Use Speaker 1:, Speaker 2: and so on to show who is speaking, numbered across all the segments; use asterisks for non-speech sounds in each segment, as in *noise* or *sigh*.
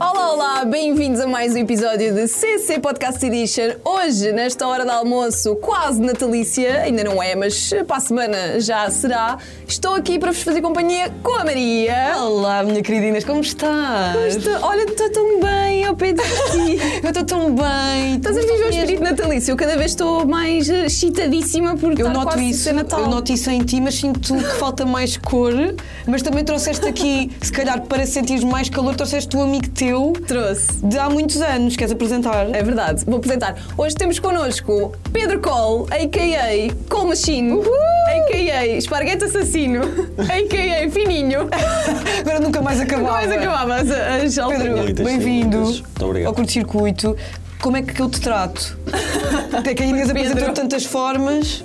Speaker 1: Olá, bem-vindos a mais um episódio de CC Podcast Edition. Hoje, nesta hora de almoço, quase natalícia, ainda não é, mas para a semana já será. Estou aqui para vos fazer companhia com a Maria.
Speaker 2: Olá, minha querida Inês, como estás?
Speaker 1: Estou- Olha, estou tão bem ao pé de ti.
Speaker 2: *laughs* Eu estou tão bem.
Speaker 1: Estás a viver o espírito natalício. Eu cada vez estou mais eh, excitadíssima porque
Speaker 2: Eu
Speaker 1: está
Speaker 2: noto
Speaker 1: tá quase
Speaker 2: isso,
Speaker 1: ser Natal.
Speaker 2: eu noto isso em ti, mas sinto
Speaker 1: *laughs*
Speaker 2: que falta mais cor. Mas também trouxeste aqui, se calhar para sentir mais calor, trouxeste um amigo teu
Speaker 1: Trouxe.
Speaker 2: de há muitos anos. Queres apresentar?
Speaker 1: É verdade, vou apresentar. Hoje temos connosco Pedro Cole, a.k.a. Cole Machine, a.k.a. Esparguete
Speaker 2: *laughs*
Speaker 1: Assassino, a.k.a. Fininho.
Speaker 2: Agora nunca mais acabava.
Speaker 1: Mas acabava as, as alturas. Ah,
Speaker 2: Pedro,
Speaker 3: Muitas,
Speaker 2: bem-vindo
Speaker 3: muitas. Muito obrigado.
Speaker 2: ao curto-circuito. Como é que eu
Speaker 1: *laughs*
Speaker 2: te trato? Até que a Inês
Speaker 1: Pedro.
Speaker 2: apresentou de tantas formas.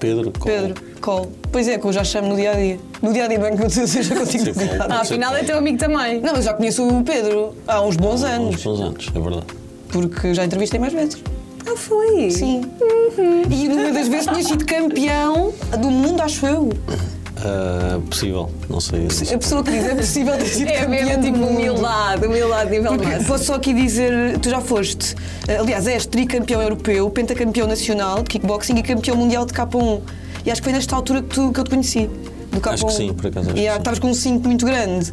Speaker 3: Pedro, Cole.
Speaker 2: Pedro, Cole. Pois é, que eu já chamo no dia a dia. No dia a dia, bem que não sei se eu *laughs* já consigo
Speaker 3: Sim,
Speaker 2: dizer.
Speaker 3: Cole.
Speaker 1: Ah, afinal é teu amigo também.
Speaker 2: Não, mas já conheço o Pedro há uns bons
Speaker 3: Há
Speaker 2: anos,
Speaker 3: uns bons anos, é verdade.
Speaker 2: porque já entrevistei mais vezes.
Speaker 1: Ah, foi?
Speaker 2: Sim. E
Speaker 3: Uhum.
Speaker 2: numa das vezes tinha sido campeão do mundo, acho eu.
Speaker 3: Ah, possível, não sei. não sei.
Speaker 2: A pessoa que diz é possível ter sido
Speaker 1: É
Speaker 2: campeão
Speaker 1: mesmo,
Speaker 2: do
Speaker 1: tipo,
Speaker 3: um
Speaker 2: mundo.
Speaker 1: humildade, humildade nível
Speaker 2: Porque
Speaker 1: máximo.
Speaker 2: Vou só aqui dizer, tu já foste, eh, aliás, és tricampeão europeu, pentacampeão nacional de kickboxing e campeão mundial de K1. E acho que foi nesta altura que, tu- que eu te conheci, do K1.
Speaker 3: Acho que sim, por acaso, acho
Speaker 2: E
Speaker 3: que
Speaker 2: ah,
Speaker 3: sim.
Speaker 2: estavas com um 5 muito grande.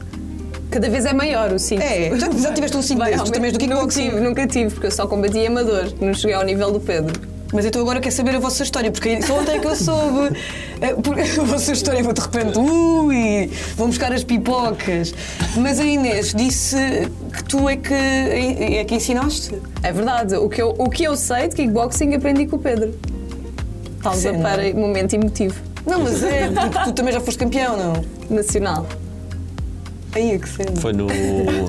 Speaker 1: Cada vez é maior o cinto.
Speaker 2: É, já, já tiveste um 5
Speaker 1: Vai,
Speaker 2: desses, tu também és do
Speaker 1: nunca
Speaker 2: kickboxing.
Speaker 1: tive, nunca tive, porque eu só combati amador, não cheguei ao nível do Pedro.
Speaker 2: Mas então agora quero saber a vossa história, porque só ontem é que eu soube. Eh, por- *laughs* A vossa história foi de repente, ui, vão buscar as pipocas. Mas a Inês disse que tu é que, é que ensinaste.
Speaker 1: É verdade, o que, eu, o que eu sei de kickboxing aprendi com o Pedro. Pausa
Speaker 2: Sim, é?
Speaker 1: para momento emotivo
Speaker 2: Não, mas é, porque tu também já foste campeão, não?
Speaker 1: nacional.
Speaker 2: Aí é que sendo.
Speaker 3: Foi no,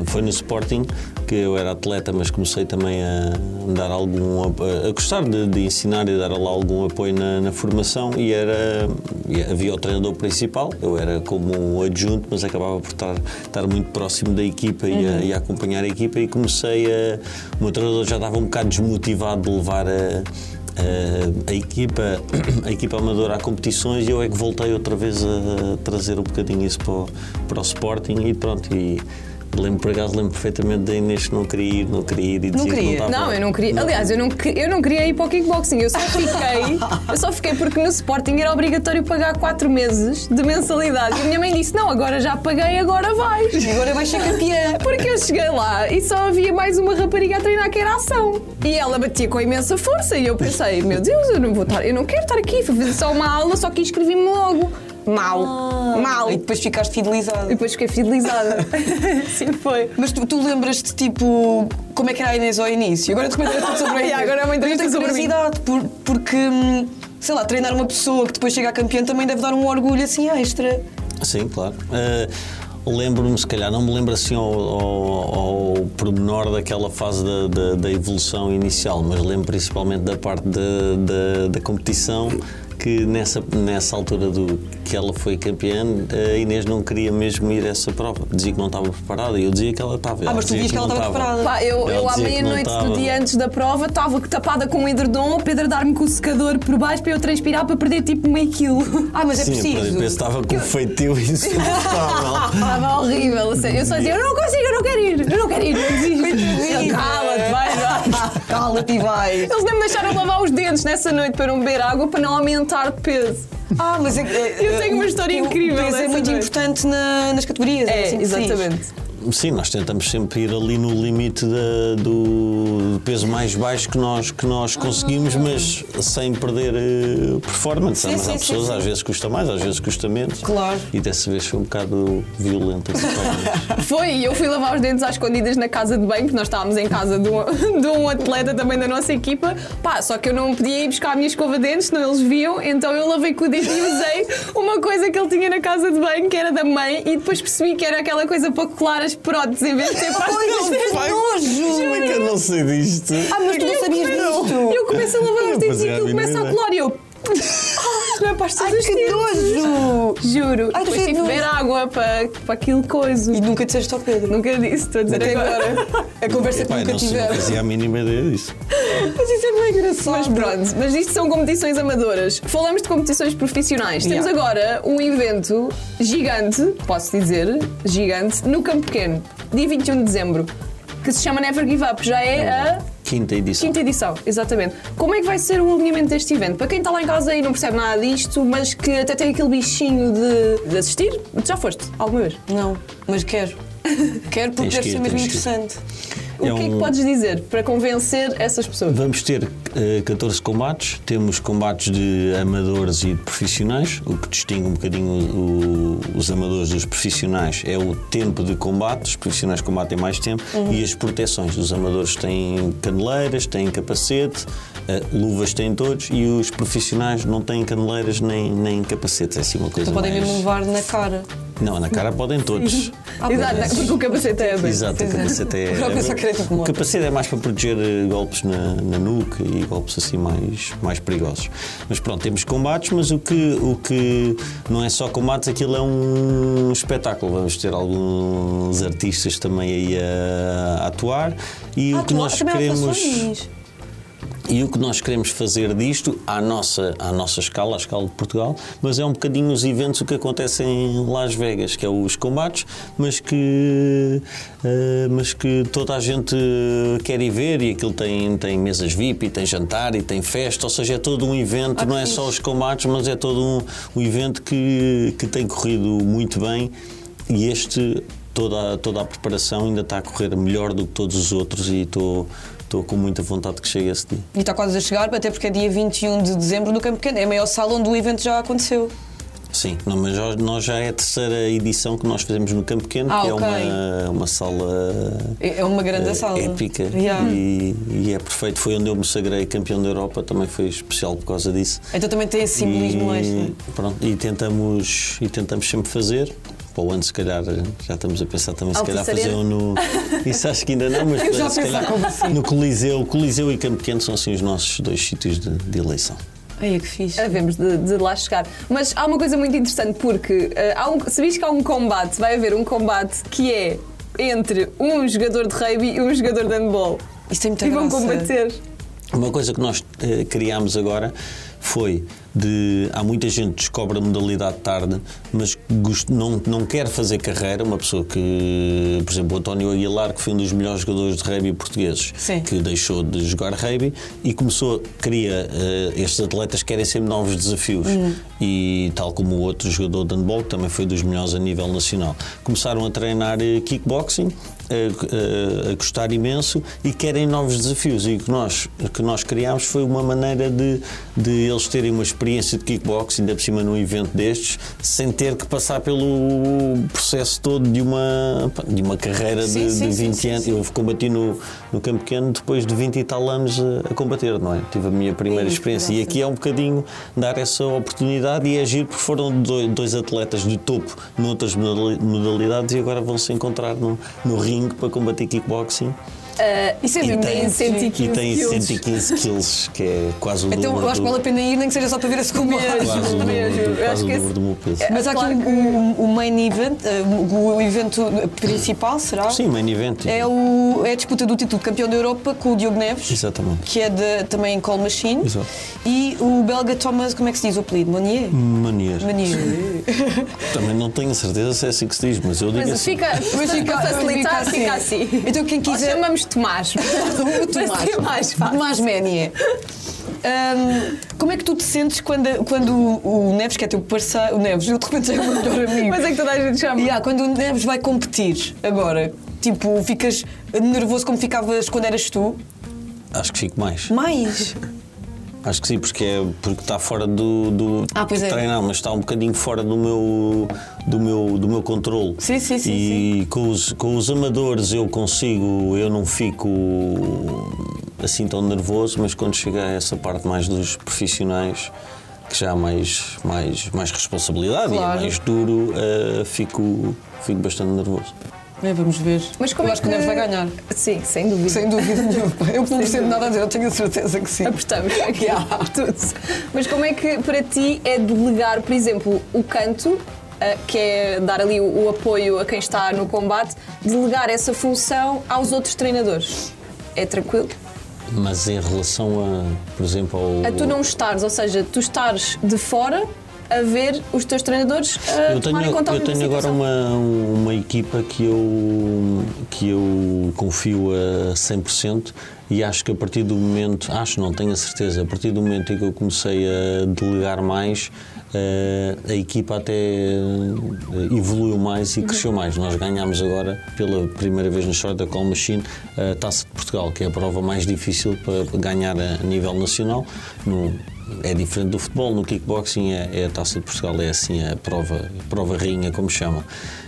Speaker 3: foi no Sporting que eu era atleta, mas comecei também a dar algum ap- a gostar de, de ensinar e dar lá algum apoio na, na formação e era e havia o treinador principal, eu era como um adjunto, mas acabava por estar, estar muito próximo da equipa e, a, e a acompanhar a equipa e comecei a. O meu treinador já estava um bocado desmotivado de levar a. Ah, a- a equipa, *clears throat* a equipa amadora a competições e eu é que voltei outra vez a trazer um bocadinho isso para o, para o Sporting e pronto, e lembro por acaso, lembro perfeitamente da Inês que não queria ir, não queria ir e dizia que
Speaker 2: queria.
Speaker 3: estava-
Speaker 1: Não, eu não queria. Aliás, eu não, que- eu não queria ir para o kickboxing, eu só fiquei. eu só fiquei porque no Sporting era obrigatório pagar 4 meses de mensalidade. E a minha mãe disse: Não, agora já paguei, agora vais.
Speaker 2: E agora vais ser campeã.
Speaker 1: Porque eu cheguei lá e só havia mais uma rapariga a treinar que era a ação. E ela batia com imensa força e eu pensei, meu Deus, eu não vou estar, eu não quero estar aqui, fui fazer só uma aula, só que inscrevi-me logo. Mal, mal.
Speaker 2: E
Speaker 1: E
Speaker 2: depois ficaste fidelizada.
Speaker 1: depois fiquei fidelizada. *laughs* Sim, foi.
Speaker 2: Mas tu, tu lembras-te, tipo, como é que era a Inês ao início? Agora te
Speaker 1: *laughs*
Speaker 2: comentas tudo sobre a
Speaker 1: Ah,
Speaker 2: Inês.
Speaker 1: yeah, agora é uma
Speaker 2: Mas eu
Speaker 1: entrevista
Speaker 2: tenho
Speaker 1: sobre mim.
Speaker 2: curiosidade, por- porque, hum, sei lá, treinar uma pessoa que depois chega a campeã também deve dar um orgulho assim extra.
Speaker 3: Sim, claro. Eh, Lembro-me, se calhar, não me lembro assim ao, ao, ao pormenor daquela fase da, da- da evolução inicial, mas lembro principalmente da parte da, da- da competição que nessa, nessa altura do que ela foi campeã, a Inês não queria mesmo ir a essa prova. Dizia que não estava preparada e eu dizia que ela estava.
Speaker 2: Ah, mas tu
Speaker 3: dizia
Speaker 2: dizias que ela
Speaker 3: não
Speaker 2: estava preparada.
Speaker 1: Pá, eu,
Speaker 3: Ela
Speaker 1: eu à
Speaker 3: dizia que não
Speaker 1: meia-noite do
Speaker 3: estava.
Speaker 1: dia antes da prova estava tapada com um edredom, o Pedro dar-me com o secador por baixo para eu transpirar para perder tipo meio quilo. *laughs*
Speaker 2: Ah, mas é
Speaker 3: Sim, eu
Speaker 2: preciso.
Speaker 3: penso que
Speaker 2: *laughs*
Speaker 3: estava com um feitio insuportável.
Speaker 1: Estava horrível, a sério. Eu só dizia, eu não consigo, eu não quero ir, eu não quero ir, eu desisto. *laughs* Ele, Cala-te, vai lá.
Speaker 2: *laughs* Cala-te e vai.
Speaker 1: Eles nem me deixaram lavar os dentes nessa noite para não beber água para não aumentar de peso.
Speaker 2: Ah, mas é, que- é-
Speaker 1: *laughs* Eu tenho uma
Speaker 2: o-
Speaker 1: história
Speaker 2: o
Speaker 1: incrível
Speaker 2: peso é
Speaker 1: dessa
Speaker 2: muito
Speaker 1: noite.
Speaker 2: importante na- nas categorias.
Speaker 1: É,
Speaker 2: assim que se diz.
Speaker 1: exatamente.
Speaker 3: Sim, nós tentamos sempre ir ali no limite da- do peso mais baixo que nós, que nós conseguimos, mas sem perder eh, performance.
Speaker 2: Sim,
Speaker 3: mas
Speaker 2: sim,
Speaker 3: há
Speaker 2: sim,
Speaker 3: pessoas,
Speaker 2: sim.
Speaker 3: às vezes custa mais, às vezes custa menos.
Speaker 2: Claro.
Speaker 3: E dessa vez foi um bocado
Speaker 2: *laughs*
Speaker 3: violento. esse programa.
Speaker 1: Foi, e eu fui lavar os dentes às escondidas na casa de banho, porque nós estávamos em casa de um, *laughs* de um atleta também da nossa equipa. Pá, só que eu não podia ir buscar a minha escova de dentes, senão eles viam, então eu lavei com o dedo e usei uma coisa que ele tinha na casa de banho, que era da mãe, e depois percebi que era aquela coisa para colar as próteses em vez de ser para as
Speaker 2: Olha, que nojo!
Speaker 3: Como é que eu não sei disto?
Speaker 2: Ah, mas tu não sabias disto!
Speaker 1: Eu começo a lavar os dentes
Speaker 3: Mas
Speaker 1: e
Speaker 3: é a
Speaker 1: aquilo
Speaker 3: mínima
Speaker 1: começa a
Speaker 3: ideia.
Speaker 1: colar e eu. Ah, não é para as
Speaker 2: Ai,
Speaker 1: tuas
Speaker 2: que nojo!
Speaker 1: Juro.
Speaker 2: Ai,
Speaker 1: Depois
Speaker 2: tu
Speaker 1: tive
Speaker 2: sei de
Speaker 1: que beber água para, para aquilo coisa.
Speaker 2: E nunca disseste ao Pedro.
Speaker 1: Nunca disse, estou a dizer
Speaker 2: Até *laughs*
Speaker 1: agora. É
Speaker 2: agora. A conversa
Speaker 3: Epá,
Speaker 2: que
Speaker 3: eu
Speaker 2: nunca
Speaker 3: não sei, não
Speaker 2: tivemos.
Speaker 3: fazia a mínima ideia disso.
Speaker 2: Mas isso é bem engraçado.
Speaker 1: Mas pronto, mas isto são competições amadoras. Falamos de competições profissionais. Temos
Speaker 2: Yeah.
Speaker 1: agora um evento gigante, posso dizer, gigante, no Campo Pequeno, dia 21 de um dezembro. que se chama Never Give Up. Já é a
Speaker 3: Quinta edição.
Speaker 1: quinta edição, exatamente. Como é que vai ser o alinhamento deste evento? Para quem está lá em casa e não percebe nada disto, mas que até tem aquele bichinho de, de assistir, já foste alguma vez?
Speaker 2: Não, mas quero. Quero porque
Speaker 3: Tens
Speaker 2: deve
Speaker 3: que ir,
Speaker 2: ser mesmo
Speaker 3: tens que ir.
Speaker 2: interessante.
Speaker 1: O
Speaker 3: É
Speaker 1: que é que
Speaker 3: um-
Speaker 1: podes dizer para convencer essas pessoas?
Speaker 3: Vamos ter eh, 14 combates, temos combates de amadores e de profissionais. O que distingue um bocadinho o- os amadores dos profissionais é o tempo de combate, os profissionais combatem mais tempo, e as proteções. Os amadores têm caneleiras, têm capacete, eh, luvas têm todos, e os profissionais não têm caneleiras nem, nem capacetes. É assim uma coisa
Speaker 2: Então podem
Speaker 3: mais...
Speaker 2: mesmo levar na cara.
Speaker 3: Não, na cara podem *laughs* todos.
Speaker 2: Ah,
Speaker 1: Exato,
Speaker 2: pois.
Speaker 1: porque o capacete é aberto.
Speaker 3: Exato, o
Speaker 2: Exato. *laughs*
Speaker 3: capacete é.
Speaker 2: Eu pensava que era tipo
Speaker 3: o
Speaker 2: moto.
Speaker 3: capacete é mais para proteger eh, golpes na, na nuca e golpes assim mais, mais perigosos. Mas pronto, temos combates, mas o que, o que não é só combates, aquilo é um espetáculo. Vamos ter alguns artistas também aí a, a atuar. E
Speaker 2: Ah,
Speaker 3: o que
Speaker 2: tu-
Speaker 3: nós
Speaker 2: também há
Speaker 3: queremos.
Speaker 2: atuações.
Speaker 3: E o que nós queremos fazer disto, à nossa, à nossa escala, à escala de Portugal, mas é um bocadinho os eventos o que acontece em Las Vegas, que é os combates, mas que, eh, mas que toda a gente quer ir ver e aquilo tem, tem mesas VIP, e tem jantar e tem festa, ou seja, é todo um evento, não é só os combates, mas é todo um, um evento que, que tem corrido muito bem e este, toda, a- toda a preparação ainda está a correr melhor do que todos os outros e estou... Estou com muita vontade que chegue esse dia.
Speaker 2: E está quase a chegar, até porque é dia 21 de dezembro no Campo Pequeno. É a maior sala onde o evento já aconteceu.
Speaker 3: Sim, não, mas já- nós já é a terceira edição que nós fazemos no Campo Pequeno,
Speaker 2: Ah,
Speaker 3: que
Speaker 2: ok.
Speaker 3: é uma, uma sala
Speaker 2: É é uma grande
Speaker 3: eh,
Speaker 2: sala.
Speaker 3: épica
Speaker 2: Yeah.
Speaker 3: e, e é perfeito. Foi onde eu me sagrei campeão da Europa, também foi especial por causa disso.
Speaker 2: Então também tem esse simbolismo é?
Speaker 3: e,
Speaker 2: extra.
Speaker 3: pronto, e tentamos e tentamos sempre fazer. Para o ano, se calhar, já estamos a pensar também, se calhar, fazer
Speaker 1: Alpesarena.
Speaker 2: *laughs*
Speaker 3: um no. Isso acho que ainda não, mas
Speaker 2: Eu já
Speaker 3: se calhar,
Speaker 2: pensava assim.
Speaker 3: no Coliseu. Coliseu e Campo Pequeno são assim os nossos dois sítios de, de eleição.
Speaker 2: Ai, é que fixe.
Speaker 1: Havemos de, de lá chegar. Mas há uma coisa muito interessante porque eh, há um, sabias que há um combate, vai haver um combate que é entre um jogador de rugby e um jogador de handball.
Speaker 2: Isso tem muita
Speaker 1: E vão
Speaker 2: graça.
Speaker 1: combater.
Speaker 3: Uma coisa que nós eh, criámos agora foi de. Há muita gente que descobre a modalidade tarde, mas gost- não, não quer fazer carreira. Uma pessoa que, por exemplo, o António Aguilar, que foi um dos melhores jogadores de rugby portugueses,
Speaker 2: Sim.
Speaker 3: que deixou de jogar rugby e começou, queria. eh, estes atletas querem sempre novos desafios.
Speaker 2: Hum.
Speaker 3: E tal como o outro jogador de handball, que também foi dos melhores a nível nacional. Começaram a treinar eh, kickboxing, eh, eh, a gostar imenso e querem novos desafios. E o que nós, o que nós criámos foi uma maneira de, de eles terem uma experiência de kickboxing, ainda por cima num evento destes, sem ter que passar pelo processo todo de uma, pá, de uma carreira de,
Speaker 2: Sim, sim,
Speaker 3: de
Speaker 2: sim,
Speaker 3: 20
Speaker 2: sim,
Speaker 3: anos.
Speaker 2: sim.
Speaker 3: Eu combati no, no Campo Pequeno depois de 20 e tal anos a, a combater, não é? Tive a minha primeira
Speaker 2: Ih,
Speaker 3: experiência.
Speaker 2: que
Speaker 3: E aqui é um bocadinho dar essa oportunidade e agir, porque foram dois, dois atletas de topo noutras modali- modalidades e agora vão se encontrar no, no ringue para combater kickboxing.
Speaker 1: Eh, isso é mesmo, tem 115
Speaker 3: e tem
Speaker 1: quilos.
Speaker 3: 115 quilos, que é quase o
Speaker 2: Então
Speaker 3: dobro
Speaker 2: eu acho que
Speaker 3: do,
Speaker 2: vale a pena ir, nem que seja só para ver esse combate.
Speaker 1: Mesmo.
Speaker 3: quase o dobro
Speaker 1: mesmo. Eu
Speaker 3: do, quase
Speaker 1: acho
Speaker 3: o
Speaker 1: que
Speaker 3: dobro
Speaker 1: esse-
Speaker 3: do meu peso.
Speaker 2: Mas há aqui
Speaker 1: Claro que-
Speaker 3: é.
Speaker 2: o, o main event, eh, o, o evento principal, será?
Speaker 3: Sim, main event.
Speaker 2: É, o, é a disputa do título de campeão da Europa com o Diogo Neves.
Speaker 3: Exatamente.
Speaker 2: Que é de, também Call Machine.
Speaker 3: Exato.
Speaker 2: E o belga Thomas, como é que se diz o apelido? Monier?
Speaker 3: Manier.
Speaker 2: Monier.
Speaker 3: Também não tenho certeza se é assim que se diz, mas eu digo
Speaker 1: Mas
Speaker 3: assim.
Speaker 1: fica,
Speaker 2: Mas fica-
Speaker 1: para facilitar,
Speaker 2: fica
Speaker 1: fica
Speaker 2: assim.
Speaker 1: assim.
Speaker 2: Então quem
Speaker 1: Ou
Speaker 2: quiser-
Speaker 1: chamamos Tomás.
Speaker 2: o
Speaker 1: Mas é mais
Speaker 2: Tomás.
Speaker 1: fácil.
Speaker 2: Tomás Menier. Hum, como é que tu te sentes quando, quando o, o Neves, que é teu parceiro, o Neves, eu de repente é o meu melhor amigo.
Speaker 1: *laughs* Mas é que toda a gente chama.
Speaker 2: E há, quando o Neves vai competir agora, tipo, ficas nervoso como ficavas quando eras tu?
Speaker 3: Acho que fico mais.
Speaker 2: Mais?
Speaker 3: Acho que sim, porque é, porque está fora do, do
Speaker 2: Ah, pois é.
Speaker 3: treinar, mas está um bocadinho fora do meu do meu do meu controle.
Speaker 2: Sim, sim, sim,
Speaker 3: E com os com os amadores eu consigo, eu não fico assim tão nervoso, mas quando chega a essa parte mais dos profissionais que já há mais mais mais responsabilidade
Speaker 2: Claro.
Speaker 3: e é mais duro, eh, fico fico bastastante nervoso.
Speaker 2: É, vamos ver.
Speaker 1: Mas como
Speaker 2: eu
Speaker 1: é
Speaker 2: acho que o Neves vai ganhar.
Speaker 1: Sim, sem dúvida.
Speaker 2: Sem dúvida nenhuma. Eu que não percebo nada a dizer, eu tenho a certeza que sim.
Speaker 1: Apertamos aqui
Speaker 3: é
Speaker 2: Yeah.
Speaker 1: tudo. Mas como é que para ti é delegar, por exemplo, o canto, ah, que é dar ali o, o apoio a quem está no combate, delegar essa função aos outros treinadores? É tranquilo?
Speaker 3: Mas em relação a, por exemplo, ao
Speaker 1: A tu não estares, ou seja, tu estares de fora a ver os teus treinadores a
Speaker 3: eu tenho,
Speaker 1: tomarem conta
Speaker 3: eu
Speaker 1: da
Speaker 3: tenho agora um
Speaker 1: situação.
Speaker 3: uma, uma equipa que eu, que eu confio a 100% e acho que a partir do momento, acho não, tenho a certeza, a partir do momento em que eu comecei a delegar mais, eh, a equipa até eh, evoluiu mais e cresceu mais. Nós ganhámos agora, pela primeira vez na história da Call Machine, a Taça de Portugal, que é a prova mais difícil para para ganhar a nível nacional. No, é diferente do futebol, no kickboxing é, é a Taça de Portugal, é assim a prova, prova rainha, como chamam.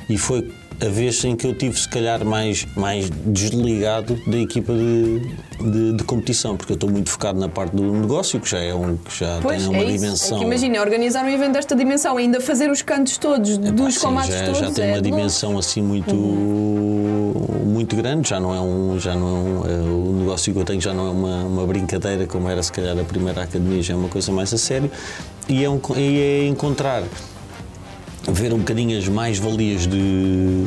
Speaker 3: E foi a vez em que eu tive se calhar mais, mais desligado da equipa de, de, de competição, porque eu estou muito focado na parte do negócio, que já é um que já
Speaker 1: Pois,
Speaker 3: tem uma
Speaker 1: é isso.
Speaker 3: dimensão.
Speaker 1: É que imagina, organizar um evento desta dimensão, ainda fazer os cantos todos
Speaker 3: Pá,
Speaker 1: dos
Speaker 3: sim,
Speaker 1: combates
Speaker 3: já,
Speaker 1: todos.
Speaker 3: já tem
Speaker 1: é
Speaker 3: uma
Speaker 1: de louco.
Speaker 3: dimensão assim muito muito grande já não é um já não é um, é, o negócio que eu tenho já não é uma, uma brincadeira como era se calhar a primeira academia já é uma coisa mais a sério e é, um, co- e é encontrar ver um bocadinho as mais-valias de,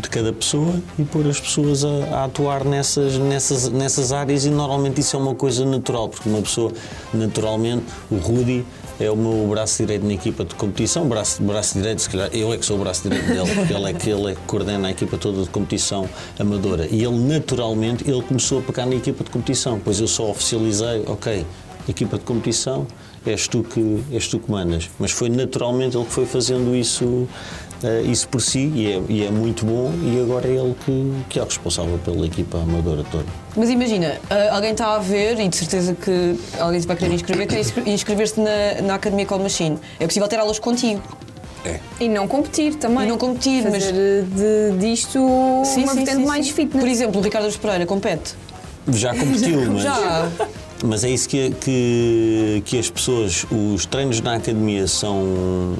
Speaker 3: de cada pessoa e pôr as pessoas a, a atuar nessas, nessas, nessas áreas e normalmente isso é uma coisa natural, porque uma pessoa, naturalmente, o Rudy é o meu braço direito na equipa de competição, braço, braço direito, se calhar eu é que sou o braço direito dele, porque ele é que ele é que coordena a equipa toda de competição amadora e ele naturalmente, ele começou a pegar na equipa de competição, pois eu só oficializei, ok, equipa de competição, és tu que, és tu que mandas. Mas foi naturalmente ele que foi fazendo isso, eh, isso por si e é, e é muito bom e agora é ele que, que é o responsável pela equipa amadora toda.
Speaker 2: Mas imagina, ah, alguém está a ver e de certeza que alguém se vai querer inscrever, quer inscre- inscrever-se na, na Academia Call Machine. É possível ter aulas contigo.
Speaker 3: É.
Speaker 1: E não competir também.
Speaker 2: E não competir,
Speaker 1: Fazer
Speaker 2: mas-
Speaker 1: eh, de, disto uma vertente mais fitness.
Speaker 2: Por exemplo, o Ricardo Aruz Pereira compete.
Speaker 3: Já
Speaker 2: *laughs*
Speaker 3: competiu, mas,
Speaker 2: Já.
Speaker 3: mas é isso que, que, que as pessoas, os treinos na academia são,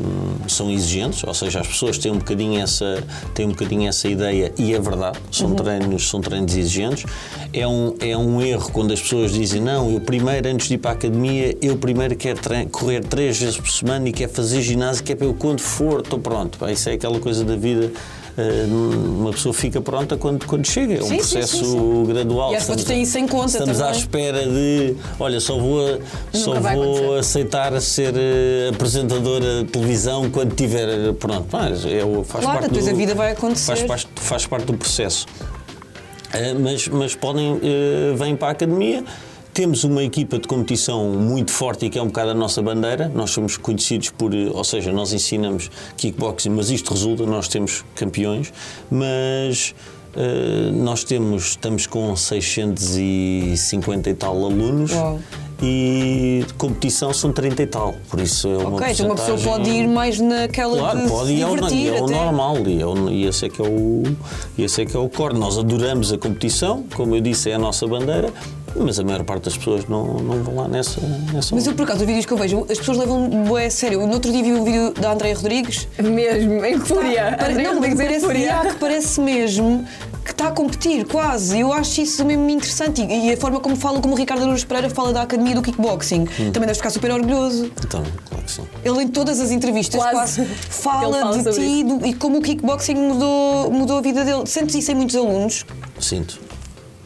Speaker 3: são exigentes, ou seja, as pessoas têm um bocadinho essa, têm um bocadinho essa ideia e é verdade, são,
Speaker 2: Uhum.
Speaker 3: treinos, são treinos exigentes. É um, é um erro quando as pessoas dizem, não, eu primeiro, antes de ir para a academia, eu primeiro quero tre- correr três vezes por semana e quero fazer ginásio, que é para eu quando for, estou pronto. Pá, isso é aquela coisa da vida. eh, Uma pessoa fica pronta quando, quando chega, é um
Speaker 2: Sim, sim, sim,
Speaker 3: processo
Speaker 2: sim.
Speaker 3: gradual.
Speaker 2: E acho que
Speaker 3: Oh, Estamos
Speaker 2: vocês têm isso em conta
Speaker 3: Estamos à
Speaker 2: também.
Speaker 3: espera de. Olha, só vou, só
Speaker 1: vai
Speaker 3: vou
Speaker 1: acontecer.
Speaker 3: aceitar ser eh, apresentadora de televisão quando tiver. eh, Pronto, mas é, o- faz
Speaker 2: Claro,
Speaker 3: parte.
Speaker 2: depois
Speaker 3: do-
Speaker 2: a vida vai acontecer.
Speaker 3: Faz, parte- faz parte do processo. Eh, mas, mas podem. eh, vêm para a academia. Temos uma equipa de competição muito forte e que é um bocado a nossa bandeira. Nós somos conhecidos por, eh, ou seja, nós ensinamos kickboxing, mas isto resulta, nós temos campeões, mas eh, nós temos, estamos com 650 e tal alunos
Speaker 2: Uau.
Speaker 3: e de competição são 30 e tal, por isso é uma
Speaker 2: ok, então uma pessoa
Speaker 3: porcentagem-
Speaker 2: pode ir mais naquela
Speaker 3: Claro,
Speaker 2: de
Speaker 3: pode
Speaker 2: se
Speaker 3: e é o,
Speaker 2: divertir
Speaker 3: e é o
Speaker 2: até.
Speaker 3: normal e, é o, e esse, é que é o, e esse é que é o core. Nós adoramos a competição, como eu disse, é a nossa bandeira, mas a maior parte das pessoas não, não vão lá nessa. nessa
Speaker 2: Mas eu, por acaso, os vídeos que eu vejo, as pessoas levam bué a sério. No outro dia vi um vídeo da Andréia Rodrigues.
Speaker 1: Mesmo, em fúria.
Speaker 2: Pare-
Speaker 1: André
Speaker 2: não, mas
Speaker 1: Rodrigues em
Speaker 2: parece,
Speaker 1: fúria.
Speaker 2: yeah, que parece mesmo que está a competir, quase. Eu acho isso mesmo interessante. E, e a forma como fala, como o Ricardo Aruz Pereira fala da Academia do Kickboxing,
Speaker 3: Hum.
Speaker 2: também deve ficar super orgulhoso.
Speaker 3: Então, claro que sim.
Speaker 2: Ele em todas as entrevistas
Speaker 1: Quase.
Speaker 2: quase,
Speaker 1: Ele
Speaker 2: fala,
Speaker 1: fala
Speaker 2: de
Speaker 1: sobre
Speaker 2: ti do- e como o kickboxing mudou, mudou a vida dele. Sentes isso em muitos alunos?
Speaker 3: Sinto.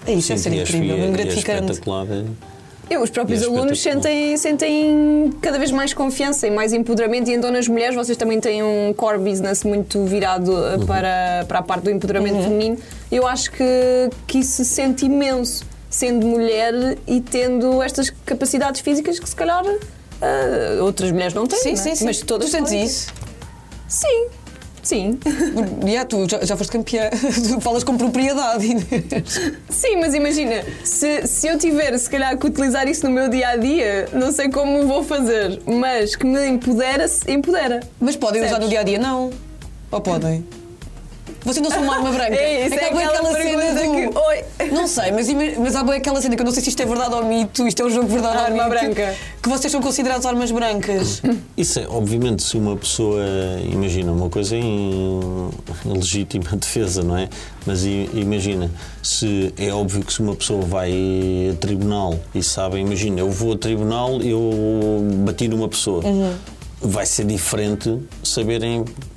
Speaker 2: É isso, é
Speaker 3: Sinto,
Speaker 2: ser
Speaker 3: e acho-
Speaker 2: incrível,
Speaker 3: e é-
Speaker 2: mesmo
Speaker 3: e é
Speaker 2: gratificante.
Speaker 3: espetacular.
Speaker 1: Eu, os próprios
Speaker 3: E é
Speaker 1: alunos
Speaker 3: espetacular.
Speaker 1: sentem, sentem cada vez mais confiança e mais empoderamento. E então, nas mulheres, vocês também têm um core business muito virado eh, para, para a parte do empoderamento
Speaker 2: Uhum.
Speaker 1: feminino. Eu acho que, que isso se sente imenso, sendo mulher e tendo estas capacidades físicas que, se calhar, eh, outras mulheres não têm.
Speaker 2: Sim,
Speaker 1: não é?
Speaker 2: sim, sim.
Speaker 1: Mas todas
Speaker 2: tu sentes
Speaker 1: podem ter.
Speaker 2: isso?
Speaker 1: Sim, sim.
Speaker 2: yeah, tu já, já foste campeã. *laughs* Tu falas com
Speaker 1: *laughs*
Speaker 2: propriedade, Inês.
Speaker 1: Sim, mas imagina, se, se eu tiver, se calhar, que utilizar isso no meu dia a dia, não sei como vou fazer, mas que me empodera, se empodera.
Speaker 2: Mas podem usar
Speaker 1: Percebes?
Speaker 2: no dia a dia, não? Ou podem? Vocês não são uma arma
Speaker 1: *laughs*
Speaker 2: branca.
Speaker 1: É isso, é
Speaker 2: bué
Speaker 1: aquela pergunta que, oi.
Speaker 2: Não sei, mas, ima- mas há bué aquela cena que eu não sei se isto é verdade ou mito, isto é um jogo verdade
Speaker 1: A
Speaker 2: ou
Speaker 1: arma
Speaker 2: mito,
Speaker 1: branca.
Speaker 2: Que vocês são considerados
Speaker 1: *laughs*
Speaker 2: armas brancas.
Speaker 3: Isso é, obviamente, se uma pessoa. Imagina, uma coisa em legítima *laughs* defesa, não é? Mas i- imagina, se é óbvio que se uma pessoa vai a tribunal e sabe, imagina, eu vou a tribunal, eu bati numa pessoa.
Speaker 2: Uhum.
Speaker 3: Vai ser diferente saberem. bem,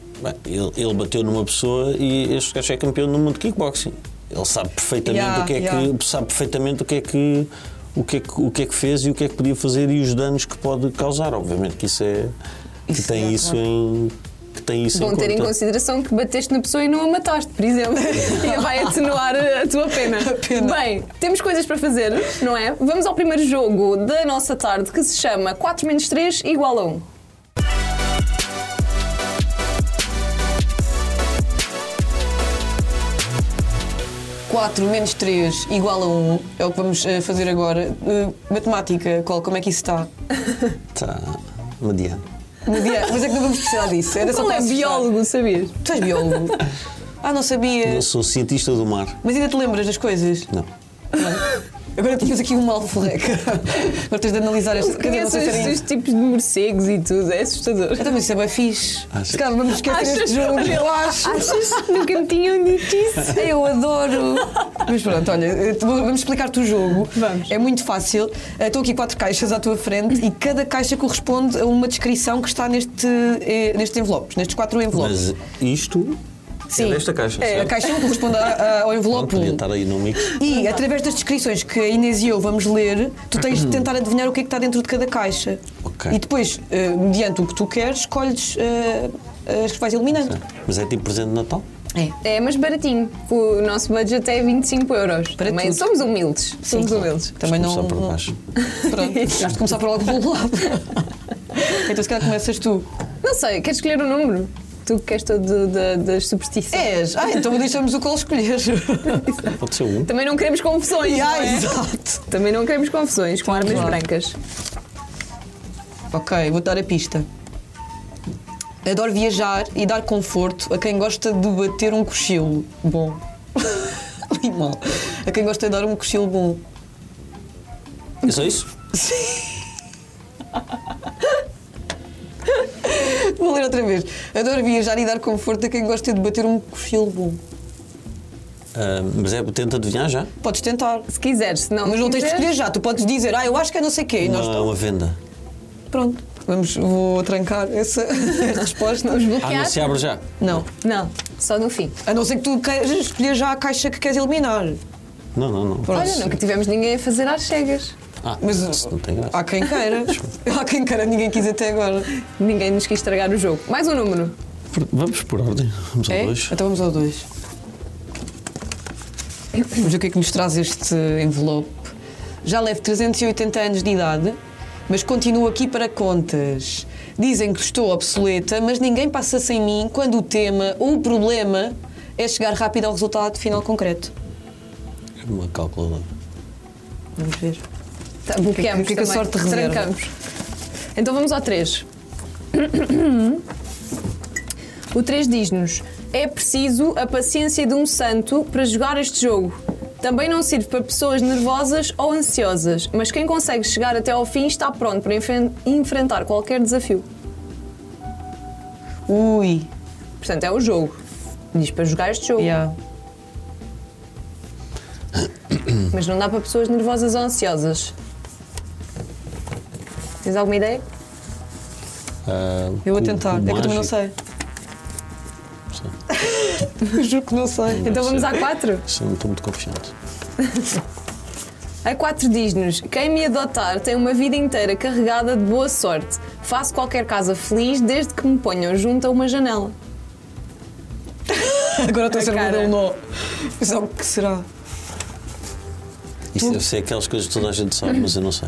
Speaker 3: ele, ele bateu numa pessoa e este gajo é campeão no mundo de kickboxing. Ele sabe perfeitamente
Speaker 2: Yeah,
Speaker 3: o que é
Speaker 2: yeah.
Speaker 3: que sabe perfeitamente o que é que o que, é que, o que é que fez e o que é que podia fazer e os danos que pode causar. Obviamente que isso é, que
Speaker 2: Isso,
Speaker 3: tem
Speaker 2: é,
Speaker 3: isso
Speaker 2: claro.
Speaker 3: em. Que tem isso
Speaker 1: Bom
Speaker 3: em
Speaker 1: ter em
Speaker 3: conta.
Speaker 1: consideração que bateste na pessoa e não a mataste, por exemplo. *laughs* e vai atenuar *laughs* a tua pena.
Speaker 2: A pena.
Speaker 1: Bem, temos coisas para fazer, não é? Vamos ao primeiro jogo da nossa tarde que se chama 4 menos 3 igual a 1.
Speaker 2: Quatro menos três igual a um é o que vamos eh, fazer agora. Eh, matemática, qual, como é que isso está?
Speaker 3: Tá, mediano.
Speaker 1: *laughs*
Speaker 2: Mediano. Mas é que não vamos precisar disso. Era só
Speaker 1: Qual
Speaker 2: para
Speaker 1: é
Speaker 2: assustar.
Speaker 1: biólogo, sabias?
Speaker 2: Tu és
Speaker 1: *laughs*
Speaker 2: biólogo. ah, não sabia.
Speaker 3: Eu sou cientista do mar.
Speaker 2: Mas ainda te lembras das coisas?
Speaker 3: Não.
Speaker 2: Agora tínhamos aqui
Speaker 1: *laughs*
Speaker 2: um alforreca. Agora tens de analisar esta. Quer dizer, não sei se era
Speaker 1: Conheces
Speaker 2: isso.
Speaker 1: os tipos de morcegos e tudo, é assustador.
Speaker 2: Então, mas isso é bem fixe.
Speaker 3: Achas?
Speaker 2: Se calhar vamos esquecer este jogo, eu acho.
Speaker 1: Achas? Nunca me tinham dito isso.
Speaker 2: Eu adoro! Mas pronto, olha, eh, vou- vamos explicar-te o jogo.
Speaker 1: Vamos.
Speaker 2: É muito fácil. Eh, Estão aqui quatro caixas à tua frente e cada caixa corresponde a uma descrição que está neste, eh, nestes envelopes, nestes quatro envelopes.
Speaker 3: Mas isto
Speaker 2: Sim.
Speaker 3: é desta caixa.
Speaker 2: É, a
Speaker 3: certo?
Speaker 2: caixa 1 corresponde a- a- ao
Speaker 3: Pronto,
Speaker 2: envelope
Speaker 3: podia
Speaker 2: 1.
Speaker 3: estar aí no mix.
Speaker 2: E através das descrições que a Inês e eu vamos ler, tu tens de tentar adivinhar o que é que está dentro de cada caixa.
Speaker 3: Ok.
Speaker 2: E depois, eh, mediante o que tu queres, escolhes eh, as que vais eliminando.
Speaker 3: Mas é tipo presente de Natal?
Speaker 2: É.
Speaker 1: É, mas baratinho. O nosso budget é 25 euros.
Speaker 2: Para
Speaker 1: Também
Speaker 2: tudo.
Speaker 1: somos humildes. Somos humildes.
Speaker 2: Também não.
Speaker 3: Começar por
Speaker 2: não-
Speaker 3: baixo. Então,
Speaker 2: *laughs* Pronto, tens de começar por algum lado. *laughs* então se calhar começas tu.
Speaker 1: Não sei, queres escolher o número? Tu que és todo da- das superstições.
Speaker 2: És? Ah, então deixamos o qual escolher.
Speaker 3: Pode ser um.
Speaker 1: Também não queremos confusões.
Speaker 2: ah,
Speaker 1: não é?
Speaker 2: É. exato.
Speaker 1: Também não queremos confusões com armas
Speaker 2: claro.
Speaker 1: brancas.
Speaker 2: *laughs* Ok, vou dar a pista. Adoro viajar e dar conforto a quem gosta de bater um cochilo bom. *laughs* Li mal. A quem gosta de dar um cochilo bom.
Speaker 3: É só isso?
Speaker 2: Vou ler outra vez. Adoro viajar e dar conforto a quem gosta de bater um cochilo bom.
Speaker 3: Ah, mas é, tenta adivinhar já.
Speaker 2: Podes tentar.
Speaker 1: Se quiseres, se não.
Speaker 2: Mas não tens de
Speaker 1: quiseres,
Speaker 2: escolher já. Tu podes dizer, ah, eu acho que é não sei o quê. E nós
Speaker 3: Uma, uma venda. Ah,
Speaker 2: Pronto, vamos, vou trancar *laughs* essa resposta.
Speaker 1: Vamos
Speaker 3: Ah, não
Speaker 1: bloquear?
Speaker 3: se abre já.
Speaker 2: Não,
Speaker 1: não, só no fim.
Speaker 2: a não ser que tu queiras escolher já a caixa que queres eliminar.
Speaker 3: Não, não, não.
Speaker 2: Pronto.
Speaker 1: Olha, nunca tivemos ninguém a fazer às cegas.
Speaker 3: Ah,
Speaker 2: Mas
Speaker 3: isso não tem graça.
Speaker 2: há quem
Speaker 3: *laughs*
Speaker 2: queira. há quem queira, ninguém quis até agora.
Speaker 1: Ninguém nos quis estragar o jogo. Mais um número.
Speaker 3: Por- Vamos por ordem. Vamos ao
Speaker 2: É?
Speaker 3: dois.
Speaker 2: Então vamos ao 2. Vamos ver o que é que nos traz este envelope. Já levo 380 anos de idade, mas continuo aqui para contas. Dizem que estou obsoleta, mas ninguém passa sem mim quando o tema ou o problema é chegar rápido ao resultado final concreto.
Speaker 3: Uma calculadora.
Speaker 2: Vamos ver.
Speaker 1: Tá, bloqueamos.
Speaker 2: O que é que a
Speaker 1: também.
Speaker 2: sorte reserva?
Speaker 1: Trancamos. Então vamos ao 3. O 3 diz-nos: é preciso a paciência de um santo para jogar este jogo. Também não sirve para pessoas nervosas ou ansiosas, mas quem consegue chegar até ao fim está pronto para enfen- enfrentar qualquer desafio.
Speaker 2: Ui,
Speaker 1: Portanto, é o jogo. Diz para jogar este jogo,
Speaker 2: yeah.
Speaker 1: mas não dá para pessoas nervosas ou ansiosas. Tens alguma ideia?
Speaker 3: Ah,
Speaker 2: eu vou
Speaker 3: cubo
Speaker 2: tentar. É que eu também não
Speaker 3: mágico.
Speaker 2: sei.
Speaker 3: Sim.
Speaker 2: *laughs* Eu juro que não sei.
Speaker 1: Então vamos à 4?
Speaker 3: Sim, não estou muito confiante.
Speaker 1: A 4 diz-nos: Quem me adotar tem uma vida inteira carregada de boa sorte. Faço qualquer casa feliz desde que me ponham junto a uma janela.
Speaker 2: Agora estou a
Speaker 1: A
Speaker 2: ser
Speaker 1: cara.
Speaker 2: um nó. Mas é o que será?
Speaker 3: Isso deve ser aquelas coisas que toda a gente sabe, mas eu não sei.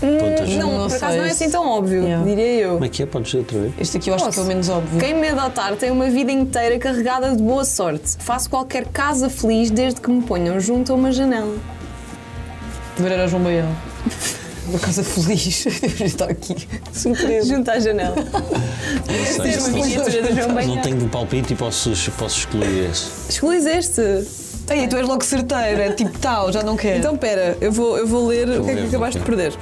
Speaker 3: Pontas.
Speaker 1: Não,
Speaker 2: Hum. Não
Speaker 1: por acaso
Speaker 2: sei
Speaker 1: não é
Speaker 2: se-
Speaker 1: assim tão óbvio,
Speaker 2: Yeah.
Speaker 1: diria eu.
Speaker 3: Como é que é? Podes dizer outra vez?
Speaker 2: Este aqui eu acho que é o menos óbvio.
Speaker 1: Quem me adotar tem uma vida inteira carregada de boa sorte. Faço qualquer casa feliz desde que me ponham junto a uma janela.
Speaker 2: Primeiro era o João Baião. Uma casa feliz. *laughs* Está aqui. Surpresa.
Speaker 1: Junto à *laughs* janela.
Speaker 3: Não sei.
Speaker 1: Ser uma
Speaker 3: isso não-
Speaker 1: miniatura do João Baião.
Speaker 3: Não tenho palpite e posso, posso excluir esse.
Speaker 1: Escolhes este.
Speaker 2: Ei, tu és logo certeira. Tipo tal, já não quero.
Speaker 1: Então pera, eu vou, eu vou ler o que é que
Speaker 3: ler,
Speaker 1: acabaste de
Speaker 3: ok.
Speaker 1: perder.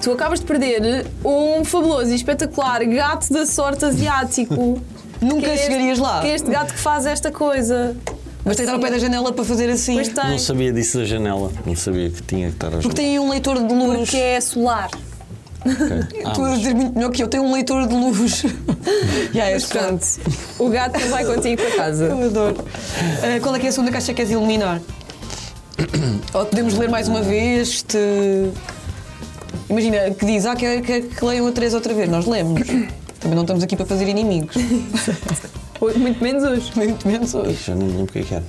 Speaker 1: Tu acabas de perder um fabuloso e espetacular gato da sorte asiático.
Speaker 2: Nunca
Speaker 1: Que é este-
Speaker 2: chegarias lá.
Speaker 1: Que é este gato que faz esta coisa.
Speaker 2: Mas tens de estar ao pé da janela para fazer assim.
Speaker 1: Pois tá. tem.
Speaker 3: Não sabia disso da janela. Não sabia que tinha que estar a
Speaker 2: Porque
Speaker 3: jogar.
Speaker 2: tem um leitor de luz.
Speaker 1: Porque é solar.
Speaker 3: Ok. Ah,
Speaker 2: Tu a
Speaker 3: mas-
Speaker 2: dizer muito melhor que eu. Tenho um leitor de luz. *laughs* Já é
Speaker 1: Portanto,
Speaker 2: excelente.
Speaker 1: o gato não vai contigo para casa.
Speaker 2: Eu adoro. Ah, qual é que é a segunda caixa que queres eliminar? Ou podemos ler mais uma vez? Te... Imagina, que diz, ah, quero, quero que leiam a Teresa outra vez. Nós lemos. Também não estamos aqui para fazer inimigos. *laughs*
Speaker 1: Muito menos hoje.
Speaker 2: Muito menos hoje.
Speaker 3: Já não me lembro o que é que era.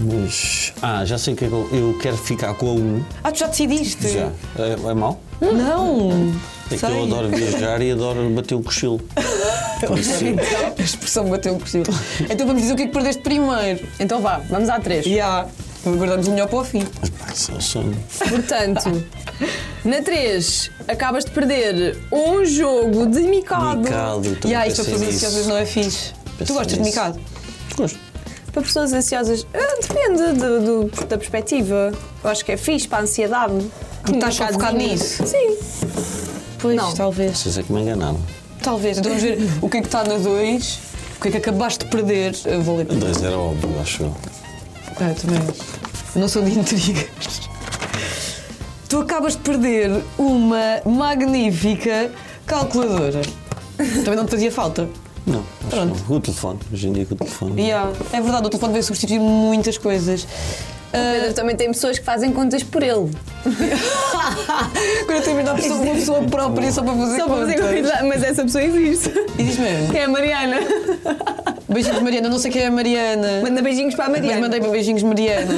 Speaker 3: Mas. Ah, já sei o que é que eu, eu quero ficar com a 1.
Speaker 2: Ah, tu já decidiste?
Speaker 3: Já. É, é mau?
Speaker 2: Não.
Speaker 3: É que
Speaker 2: Sei. *laughs*
Speaker 3: eu adoro viajar e adoro bater o cochilo. Por isso,
Speaker 2: A expressão bateu possível. Então vamos dizer o que é que perdeste primeiro.
Speaker 1: Então vá, vamos à 3.
Speaker 2: Já. Guardamos o melhor para o fim.
Speaker 3: mas, pá, isso é um sonho.
Speaker 1: Portanto, na 3, acabas de perder um jogo de micado.
Speaker 3: Micado, também
Speaker 2: E ah, isto a
Speaker 3: pensei
Speaker 2: fazer
Speaker 3: nisso.
Speaker 2: ansiosas não é fixe.
Speaker 3: Pensei
Speaker 2: tu gostas de
Speaker 3: nisso. Hum.
Speaker 2: micado?
Speaker 3: Gosto.
Speaker 1: Para pessoas ansiosas, ah, depende do- do- da perspectiva. Eu acho que é fixe para a ansiedade.
Speaker 2: Porque estás só focado
Speaker 1: bocadinho.
Speaker 2: Um nisso.
Speaker 1: Sim.
Speaker 2: Pois,
Speaker 1: Não.
Speaker 2: talvez.
Speaker 3: Vocês é que me enganaram.
Speaker 2: Talvez. Então
Speaker 1: *laughs*
Speaker 2: vamos ver o que é que está na 2, o que é que acabaste de perder. Eu vou ler.
Speaker 3: Dois era óbvio, acho eu.
Speaker 2: Ah, eu também. Eu não sou de intrigas. Tu acabas de perder uma magnífica calculadora. Também não te fazia falta.
Speaker 3: Não, acho
Speaker 2: Pronto.
Speaker 3: que não. O telefone. Hoje em dia com o telefone.
Speaker 2: Yeah. É verdade, o telefone veio substituir muitas coisas.
Speaker 1: Pedro, também tem pessoas que fazem contas por ele.
Speaker 2: Quando eu termino a pessoa, uma pessoa própria só para fazer
Speaker 1: Só para fazer contas. Mas essa pessoa existe.
Speaker 2: E diz mesmo.
Speaker 1: Que é a Mariana.
Speaker 2: Beijinhos, Mariana. Não sei quem é a Mariana.
Speaker 1: Manda beijinhos para a
Speaker 2: Mas
Speaker 1: Mariana.
Speaker 2: mandei para
Speaker 1: *laughs*
Speaker 2: beijinhos, Mariana.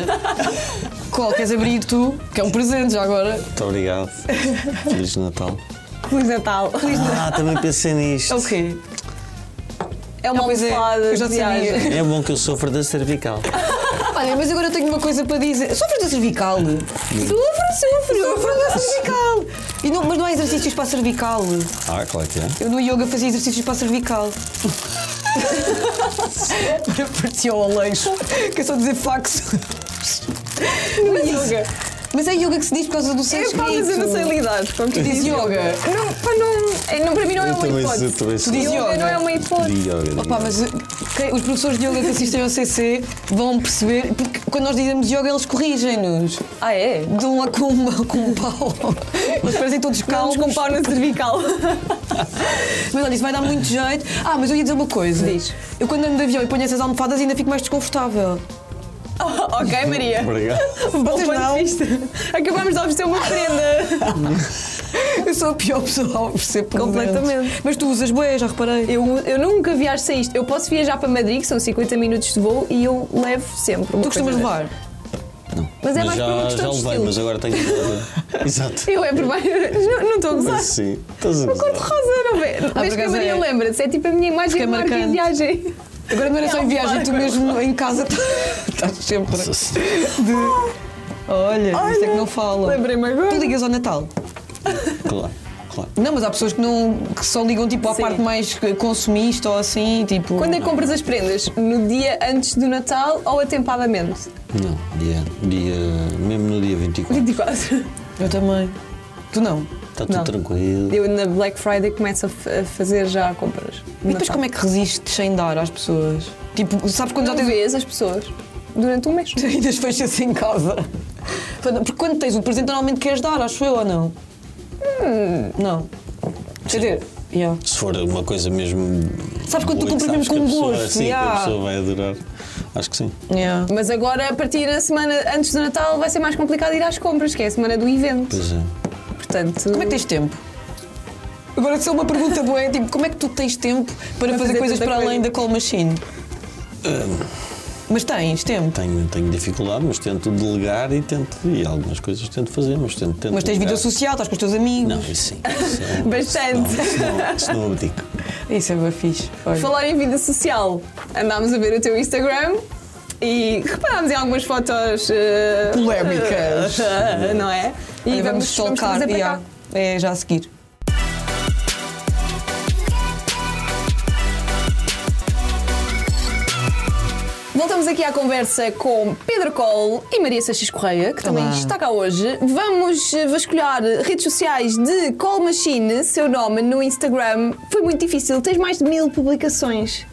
Speaker 2: Qual queres abrir tu? Que é um presente já agora.
Speaker 3: Muito *laughs* obrigado. Feliz Natal.
Speaker 1: Feliz Natal.
Speaker 3: Ah, também pensei nisto.
Speaker 2: É o quê?
Speaker 1: É uma
Speaker 2: Ah, pois é.
Speaker 1: almofada.
Speaker 2: Eu já
Speaker 1: de
Speaker 2: sabia.
Speaker 1: viagem.
Speaker 3: É bom que eu sofra da cervical.
Speaker 2: Olha, Tá mas agora eu tenho uma coisa para dizer. Sofres da cervical? Sofro, sofro. Sofro da cervical. E não, mas não há exercícios para a cervical.
Speaker 3: Ah, claro que é.
Speaker 2: Eu no yoga fazia exercícios para a *laughs* cervical. Partiu ao leixo. Quer é só dizer fax. No mas yoga. É, Mas é yoga que se diz por causa do
Speaker 1: Eu
Speaker 2: sexo.
Speaker 1: falo, mas eu não sei lidar com o que
Speaker 2: Diz
Speaker 1: diz
Speaker 2: yoga.
Speaker 1: yoga. Não, pá, não, é, não, para mim não é
Speaker 3: Eu
Speaker 1: uma
Speaker 3: também
Speaker 1: hipótese.
Speaker 3: sou- também sou.
Speaker 1: Yoga
Speaker 2: Diz yoga.
Speaker 1: não é uma hipótese.
Speaker 3: Diga, olha,
Speaker 2: Opa, mas eh, quem- os professores de yoga que assistem ao CC vão perceber, porque quando nós dizemos yoga, eles corrigem-nos.
Speaker 1: Ah, é?
Speaker 2: Dão lá com, uma- *laughs* com um pau. Eles parecem todos
Speaker 1: Calmos
Speaker 2: calmos.
Speaker 1: com pau na cervical.
Speaker 2: Mas olha, isso vai dar muito jeito. Ah, mas eu ia dizer uma coisa.
Speaker 1: Diz.
Speaker 2: Eu quando ando de avião e ponho essas almofadas ainda fico mais desconfortável.
Speaker 1: *laughs* ok, Maria.
Speaker 3: Obrigado.
Speaker 1: Bom
Speaker 2: Vocês
Speaker 1: ponto de
Speaker 2: não.
Speaker 1: vista. Acabamos de oferecer uma prenda.
Speaker 2: Eu sou a pior pessoa a oferecer presentes.
Speaker 1: Completamente.
Speaker 2: Mas tu usas boias, já reparei.
Speaker 1: Eu, eu nunca viajo sem isto. Eu posso viajar para Madrid, que são 50 minutos de voo, e eu levo sempre. uma
Speaker 2: Tu costumas
Speaker 1: coisa
Speaker 2: levar?
Speaker 3: Não.
Speaker 1: Mas é mais por uma
Speaker 3: já,
Speaker 1: questão
Speaker 3: já
Speaker 1: de
Speaker 3: levei,
Speaker 1: estilo.
Speaker 3: mas agora tenho *laughs* que. Exato.
Speaker 1: dessas. Eu é por mais. *laughs* Não não estou a gozar.
Speaker 3: Mas sim. Estás a
Speaker 1: Cor de
Speaker 3: gozar.
Speaker 1: rosa, não vê? Mas que a
Speaker 2: acaso
Speaker 1: Maria
Speaker 2: é.
Speaker 1: lembra-se, é tipo a minha imagem
Speaker 2: é
Speaker 1: de marca em
Speaker 2: marcante. *laughs*
Speaker 1: viagem.
Speaker 2: Agora não era só em viagem, tu mesmo em casa *laughs* estás sempre
Speaker 3: Nossa senhora.
Speaker 2: de... Olha, isto é que não fala.
Speaker 1: Lembrei-me agora.
Speaker 2: Tu ligas ao Natal?
Speaker 3: Claro, claro.
Speaker 2: Não, mas há pessoas que, não, que só ligam tipo à
Speaker 1: Sim.
Speaker 2: parte mais consumista ou assim, tipo...
Speaker 1: Quando é que compras as prendas? No dia antes do Natal ou atempadamente?
Speaker 3: Não, dia, dia. Mesmo no dia 24.
Speaker 1: 24.
Speaker 2: Eu também. Tu não.
Speaker 3: Está tudo
Speaker 1: Não.
Speaker 3: tranquilo.
Speaker 1: Eu na Black Friday começo a, f- a fazer já compras.
Speaker 2: E depois como é que resistes sem dar às pessoas? Tipo, sabes quando já tens...
Speaker 1: vês as pessoas durante um mês?
Speaker 2: Tu *laughs* ainda as fechas em casa. Porque quando tens o presente, normalmente queres dar, acho eu, ou não? Não. Quer dizer, yeah.
Speaker 3: Se for uma coisa mesmo.
Speaker 2: Sabes quando tu
Speaker 3: boa e que
Speaker 2: compras mesmo
Speaker 3: sabes
Speaker 2: com
Speaker 3: que a pessoa-
Speaker 2: gosto,
Speaker 3: Sim, que
Speaker 2: yeah.
Speaker 3: a pessoa vai adorar. Acho que sim.
Speaker 2: Yeah.
Speaker 1: Mas agora, a partir da semana antes do Natal, vai ser mais complicado ir às compras, que é a semana do evento.
Speaker 3: Pois é.
Speaker 1: Portanto.
Speaker 2: Como é que tens tempo? Agora, se é uma pergunta boa, é tipo, como é que tu tens tempo para fazer,
Speaker 1: fazer
Speaker 2: coisas
Speaker 1: tanta
Speaker 2: para além
Speaker 1: coisa.
Speaker 2: da call machine? Mas tens tempo.
Speaker 3: Tenho, tenho dificuldade, mas tento delegar e tento. E algumas coisas tento fazer, mas tento. tento
Speaker 2: Mas tens vida
Speaker 3: delegar.
Speaker 2: social, estás com os teus amigos.
Speaker 3: Não, isso sim. Isso é-
Speaker 2: *laughs*
Speaker 1: Bastante.
Speaker 3: Isso não, isso não abdico.
Speaker 2: Isso é bem fixe. Olha.
Speaker 1: Falar em vida social, andámos a ver o teu Instagram e reparámos em algumas fotos. eh,
Speaker 2: Polémicas.
Speaker 1: eh, *laughs* não é? E
Speaker 2: Olha, vamos
Speaker 1: vamos
Speaker 2: stalkar.
Speaker 1: trazer para cá.
Speaker 2: yeah. É já a seguir.
Speaker 1: Voltamos aqui à conversa com Pedro Cole e Maria Seixas Correia, que também
Speaker 2: Olá.
Speaker 1: está cá hoje. Vamos eh, vasculhar redes sociais de Cole Machine, seu nome, no Instagram. Foi muito difícil, tens mais de mil publicações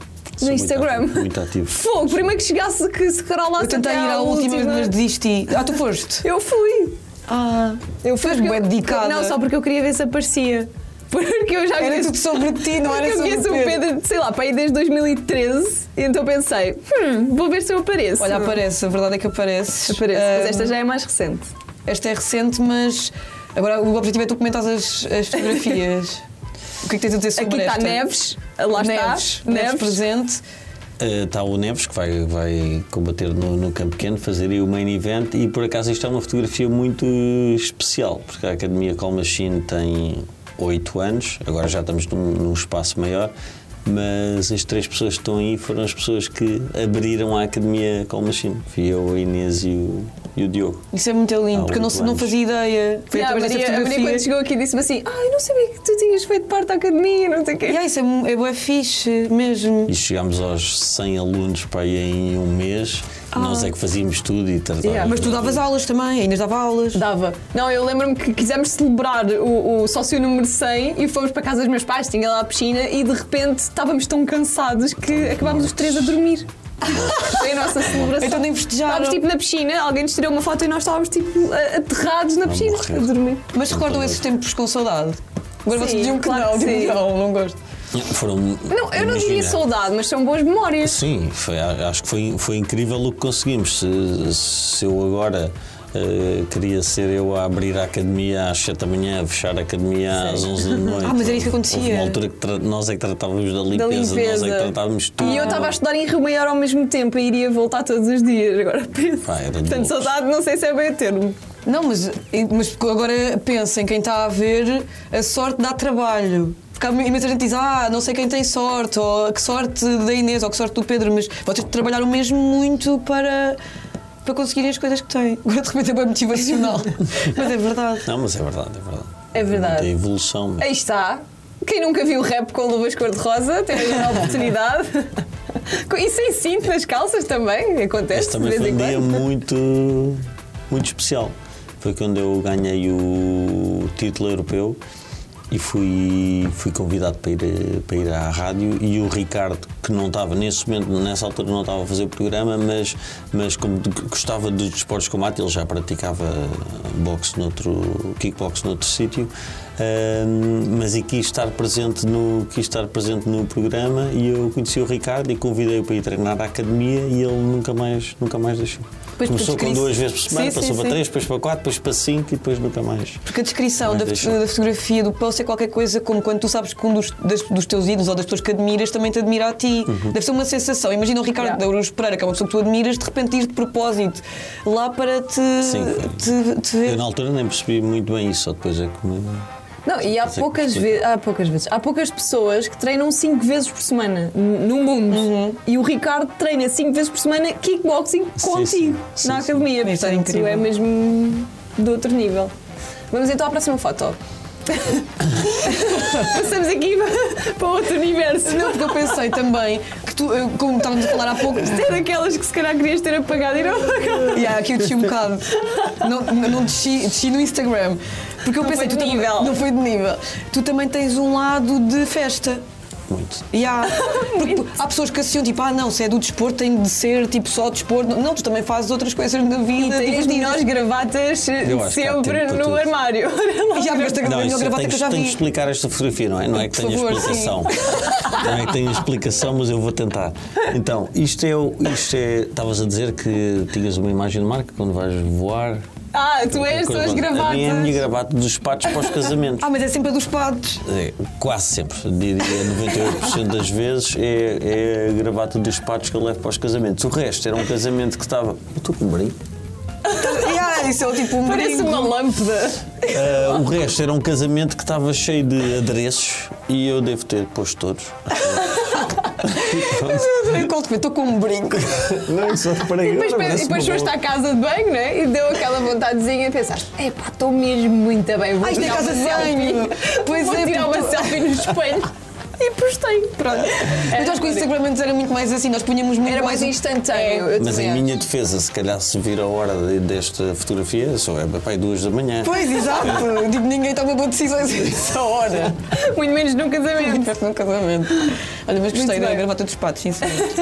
Speaker 1: no
Speaker 3: Sou muito
Speaker 1: Instagram.
Speaker 3: ativo, muito ativo.
Speaker 1: Fogo, primeiro que chegasse, que se carolasse
Speaker 2: Eu tentei ir
Speaker 1: até
Speaker 2: à última, mas desisti. Ah, tu
Speaker 1: *laughs*
Speaker 2: foste?
Speaker 1: Eu fui.
Speaker 2: Ah, eu fui
Speaker 1: Porque
Speaker 2: bem
Speaker 1: eu-
Speaker 2: dedicada.
Speaker 1: Não, só porque eu queria ver se aparecia. *laughs* Porque eu já
Speaker 2: Era
Speaker 1: conheço- *laughs*
Speaker 2: tudo sobre ti, não era
Speaker 1: eu
Speaker 2: sobre
Speaker 1: conheço o Pedro, sei lá, para aí desde 2013. E então pensei, hum, vou ver se eu apareço.
Speaker 2: Olha, aparece, a verdade é que aparece.
Speaker 1: Aparece, mas esta já é mais recente.
Speaker 2: Esta é recente, mas Agora o objetivo é tu comentares as, as
Speaker 1: *laughs*
Speaker 2: fotografias. o que é que tens a dizer sobre
Speaker 1: Aqui está
Speaker 2: esta?
Speaker 1: Neves, lá
Speaker 2: Neves,
Speaker 1: está.
Speaker 2: Neves presente.
Speaker 3: Está Eh, tá o Neves, que vai, vai combater no, no campo pequeno, fazer aí o main event e por acaso isto é uma fotografia muito especial, porque a Academia Call Machine tem 8 anos, agora já estamos num, num espaço maior, mas as três pessoas que estão aí foram as pessoas que abriram a Academia Call Machine. Fui eu, a Inês e o, e o Diogo.
Speaker 2: Isso é muito lindo,
Speaker 3: Há
Speaker 2: porque eu não,
Speaker 3: oito
Speaker 2: não
Speaker 3: anos.
Speaker 2: fazia ideia. Foi
Speaker 1: Yeah, a,
Speaker 2: através
Speaker 1: Maria, a
Speaker 2: desta
Speaker 1: Maria
Speaker 2: fotografia.
Speaker 1: quando chegou aqui disse-me assim: Ah, eu não sabia que tu tinhas feito parte da academia, não sei o quê.
Speaker 2: Yeah, isso é, mu- é bué fixe mesmo.
Speaker 3: E chegámos aos 100 alunos para aí em um mês, nós é que fazíamos tudo e tratávamos.
Speaker 1: Ah. Yeah,
Speaker 2: Mas tu davas aulas também, ainda dava aulas.
Speaker 1: Dava. Não, eu lembro-me que quisemos celebrar o, o sócio número 100 e fomos para casa dos meus pais, tinha lá a piscina e de repente estávamos tão cansados que acabámos os três a dormir. Foi a nossa celebração.
Speaker 2: Então nem festejaram.
Speaker 1: Estávamos tipo na piscina, alguém nos tirou uma foto e nós estávamos tipo a- aterrados na piscina
Speaker 3: morrer.
Speaker 1: a dormir.
Speaker 2: Mas recordam esses tempos com saudade? Agora um
Speaker 1: Sim,
Speaker 2: vocês diziam que
Speaker 1: claro
Speaker 2: não,
Speaker 1: que sim.
Speaker 2: digo, não, não gosto.
Speaker 3: Foram,
Speaker 1: Não, eu não diria
Speaker 3: imagina.
Speaker 1: saudade, mas são boas memórias.
Speaker 3: Sim, foi- acho que foi, foi incrível o que conseguimos. Se, se eu agora eh, queria ser eu a abrir a academia às 7 da manhã, a fechar a academia às 11 da noite.
Speaker 2: Ah, mas era isso que acontecia.
Speaker 3: Houve uma altura que tra- nós é que tratávamos da
Speaker 1: Da
Speaker 3: limpeza, nós é que
Speaker 1: limpeza.
Speaker 3: tratávamos tudo.
Speaker 1: E eu estava a estudar em Rio Maior ao mesmo tempo e iria voltar todos os dias, agora penso.
Speaker 3: Pá, era
Speaker 1: Portanto,
Speaker 3: loucos.
Speaker 1: saudade não sei se é bem o termo.
Speaker 2: Não, mas, mas agora pensem, quem está a ver, a sorte dá trabalho. Porque há imensa gente que diz, ah, não sei quem tem sorte, ou que sorte da Inês, ou que sorte do Pedro, mas vocês trabalharam mesmo muito para, para conseguirem as coisas que têm. *laughs* Agora de repente é bem *laughs* motivacional. mas é verdade.
Speaker 3: Não, mas é verdade, é verdade.
Speaker 1: É verdade.
Speaker 3: Muita evolução. mesmo.
Speaker 1: Aí está. Quem nunca viu rap com luvas cor-de-rosa tem a
Speaker 3: *laughs*
Speaker 1: oportunidade. E sem cinto nas calças também, acontece
Speaker 3: Esse também
Speaker 1: de
Speaker 3: foi
Speaker 1: vez
Speaker 3: um
Speaker 1: em
Speaker 3: dia
Speaker 1: quando.
Speaker 3: muito, muito especial. Foi quando eu ganhei o título europeu e fui, fui convidado para ir, eh, para ir à rádio e o Ricardo, que não estava nesse momento, nessa altura não estava a fazer o programa, mas, mas como de- gostava dos esportes de combate, ele já praticava boxe noutro, kickbox noutro sítio, ahm, mas e quis estar, presente no, quis estar presente no programa e eu conheci o Ricardo e convidei-o para ir treinar à academia e ele nunca mais, nunca mais deixou.
Speaker 2: Pois,
Speaker 3: Começou
Speaker 2: porque
Speaker 3: com
Speaker 2: isso-
Speaker 3: duas vezes por semana,
Speaker 2: Sim, sim,
Speaker 3: passou para
Speaker 2: sim.
Speaker 3: três, depois para quatro, depois para cinco e depois nunca mais.
Speaker 2: Porque a descrição
Speaker 3: Mas
Speaker 2: da,
Speaker 3: deixa-
Speaker 2: da fotografia do post é qualquer coisa como quando tu sabes que um dos, das- dos teus ídolos ou das pessoas que admiras também te admira a ti.
Speaker 3: Uhum.
Speaker 2: Deve ser uma sensação. Imagina o Ricardo
Speaker 1: Yeah.
Speaker 2: da Ouros Pereira, que é uma pessoa que tu admiras, de repente ir de propósito lá para te,
Speaker 3: Sim,
Speaker 2: te, te ver.
Speaker 3: Eu na altura nem percebi muito bem isso, só depois é que me-
Speaker 1: Não, e há
Speaker 3: Sim,
Speaker 1: poucas,
Speaker 3: sim.
Speaker 1: ve- há poucas vezes. Há poucas pessoas que treinam 5 vezes por semana n- no mundo. E o Ricardo treina 5 vezes por semana kickboxing
Speaker 3: Uhum. Sim,
Speaker 1: contigo
Speaker 3: sim. Sim,
Speaker 1: na
Speaker 3: sim.
Speaker 1: academia.
Speaker 2: Isso é
Speaker 1: Portanto,
Speaker 2: incrível.
Speaker 1: é mesmo de outro nível. Vamos então à próxima foto.
Speaker 3: *laughs*
Speaker 1: Passamos aqui *laughs* para outro universo.
Speaker 2: Não, porque eu pensei também que tu, eu- como estávamos a falar há pouco,
Speaker 1: Isto é daquelas que se calhar querias ter apagado e não apagado.
Speaker 2: e há aqui eu desci um bocado. Não, não desci, desci no Instagram. Porque eu
Speaker 1: Não
Speaker 2: pensei
Speaker 1: foi de
Speaker 2: tu
Speaker 1: nível.
Speaker 2: Também, não foi de nível. Tu também tens um lado de festa.
Speaker 3: muito.
Speaker 2: E há- *laughs* porque há pessoas que associam tipo, ah não, se é do desporto tem de ser tipo só desporto. Não, tu também fazes outras coisas na
Speaker 1: E
Speaker 2: vida.
Speaker 1: tens de nós gravatas eh,
Speaker 3: Eu acho que há
Speaker 1: sempre
Speaker 3: tempo para
Speaker 1: no
Speaker 3: tudo.
Speaker 1: armário. *laughs* Olha lá.
Speaker 2: E já veste a
Speaker 3: Não,
Speaker 2: melhor
Speaker 3: isso
Speaker 2: gravata
Speaker 3: tem,
Speaker 2: que eu
Speaker 3: que,
Speaker 2: já
Speaker 3: tem que
Speaker 2: vi.
Speaker 3: explicar esta fotografia, não é? Não é que
Speaker 2: Por
Speaker 3: tenha
Speaker 2: favor,
Speaker 3: explicação. *laughs* Não é que tenha explicação, mas eu vou tentar. Então, isto é. o- Isto é estavas a dizer que tinhas uma imagem de marca quando vais voar.
Speaker 1: Ah, tu és, tu
Speaker 3: Qualquer
Speaker 1: és
Speaker 3: coisa. A minha é a minha
Speaker 1: gravatas.
Speaker 3: gravata dos patos para os
Speaker 1: *laughs*
Speaker 3: casamentos.
Speaker 2: Ah, mas é sempre a dos patos.
Speaker 3: É, quase sempre, diria 98% das vezes, é, é a gravata dos patos que eu levo para os casamentos. O resto era um casamento que estava. Eu estou com um brinco.
Speaker 2: E há, isso é o tipo um
Speaker 1: Parece
Speaker 2: brinco.
Speaker 1: uma lâmpada.
Speaker 3: Ah, o resto era um casamento que estava cheio de adereços e eu devo ter posto todos.
Speaker 2: Estou com um brinco.
Speaker 3: Não, é. só reparei
Speaker 1: Depois, e depois foste à casa de banho, né? E deu aquela vontadezinha e pensaste: epá, estou mesmo muito bem. Vou
Speaker 2: Ah, isto é
Speaker 1: tirar
Speaker 2: casa
Speaker 1: uma
Speaker 2: de banho.
Speaker 1: selfie.
Speaker 2: Pois
Speaker 1: vou
Speaker 2: é,
Speaker 1: tirar uma
Speaker 2: porque tu-
Speaker 1: selfie *laughs* no espelho. E postei. Pronto.
Speaker 2: Mas acho que o Instagram antes era muito mais assim, nós punhamos muito
Speaker 1: É, Era mais
Speaker 2: mais um-
Speaker 1: instantâneo. eu
Speaker 3: Mas
Speaker 1: também
Speaker 3: em
Speaker 1: acho.
Speaker 3: minha defesa, se calhar se vir a hora de- desta fotografia, só é pai duas da manhã.
Speaker 2: Pois,
Speaker 3: *laughs*
Speaker 2: exato. Tipo, ninguém toma boas
Speaker 1: *laughs*
Speaker 2: decisões nessa hora.
Speaker 1: Muito menos num *laughs* casamento.
Speaker 2: Perto de um casamento. Olha, mas gostei
Speaker 1: Muito
Speaker 2: da
Speaker 1: bem.
Speaker 2: gravata dos patos,
Speaker 3: Ah,
Speaker 2: sinceramente.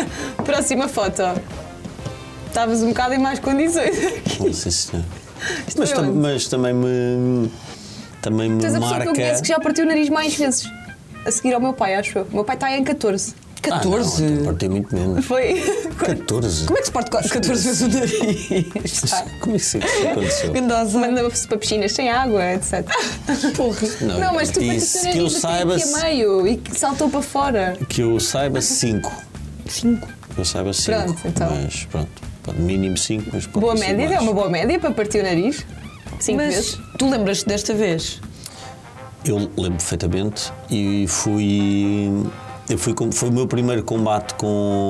Speaker 1: Próxima foto. Estavas um bocado em más condições.
Speaker 3: Não sei se- Mas,
Speaker 1: foi
Speaker 3: tam-
Speaker 1: onde?
Speaker 3: mas também me. Também me
Speaker 1: é Tu és a pessoa
Speaker 3: marca.
Speaker 1: que eu conheço que já partiu o nariz mais vezes. A seguir ao meu pai, acho eu. O meu pai está tá em 14.
Speaker 3: Ah,
Speaker 2: 14?
Speaker 3: não, partiu muito
Speaker 1: *laughs*
Speaker 3: menos.
Speaker 1: Foi.
Speaker 3: 14?
Speaker 2: Como é que se parte co- 14 vezes o
Speaker 3: *laughs*
Speaker 2: nariz? Pá,
Speaker 3: Como é que isso aconteceu?
Speaker 2: Grandosa.
Speaker 1: Mandava-se para piscinas sem água, etc.
Speaker 2: Porra.
Speaker 1: Não, mas tu
Speaker 3: disse
Speaker 1: partiste
Speaker 3: que eu saiba
Speaker 1: assim, aqui a meio e que saltou para fora.
Speaker 3: que eu saiba 5.
Speaker 2: 5.
Speaker 3: Que eu saiba 5.
Speaker 1: Pronto, então.
Speaker 3: Mas pronto, pode, mínimo 5, mas pode
Speaker 1: Boa
Speaker 3: ter sido
Speaker 1: média,
Speaker 3: mais.
Speaker 1: é uma boa média para partir o nariz. Cinco
Speaker 2: Mas
Speaker 1: vezes.
Speaker 2: tu lembras-te desta vez?
Speaker 3: Eu lembro perfeitamente e fui. Eu fui com- foi o meu primeiro combate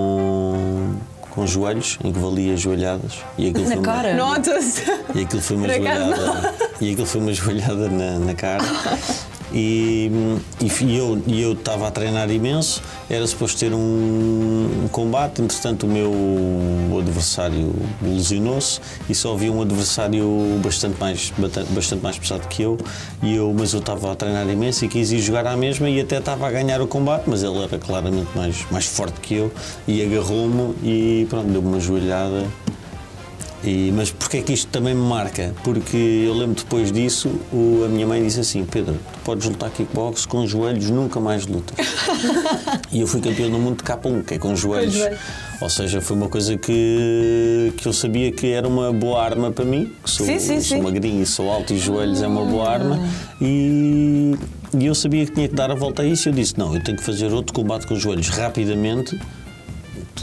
Speaker 3: com, com joelhos, em que valia joelhadas. E aquilo
Speaker 2: Na
Speaker 3: foi uma-
Speaker 2: cara?
Speaker 1: Nota-se.
Speaker 3: E aquilo foi uma
Speaker 1: Por acaso,
Speaker 3: joelhada. E aquilo foi uma joelhada na, na
Speaker 1: *laughs*
Speaker 3: cara. E, e fi- eu e eu estava a treinar imenso, era suposto ter um, um combate, entretanto o meu adversário lesionou-se e só havia um adversário bastante mais, bata- bastante mais pesado que eu, e eu mas eu estava a treinar imenso e quis ir jogar à mesma e até estava a ganhar o combate, mas ele era claramente mais, mais forte que eu e agarrou-me e pronto, deu-me uma joelhada e- mas porque é que isto também me marca? Porque eu lembro depois disso, o- a minha mãe disse assim: Pedro, tu podes lutar kickbox com os joelhos, nunca
Speaker 1: *laughs*
Speaker 3: mais lutas. e eu fui campeão do mundo de K1, que é com os joelhos.
Speaker 1: joelhos.
Speaker 3: Ou seja, foi uma coisa que, que eu sabia que era uma boa arma para mim, que sou,
Speaker 2: Sim, sim,
Speaker 3: sou
Speaker 2: sim.
Speaker 3: magrinho e sou alto e os joelhos é uma
Speaker 1: Ah.
Speaker 3: boa arma. E, e eu sabia que tinha que dar a volta a isso. Eu disse: Não, eu tenho que fazer outro combate com os joelhos rapidamente.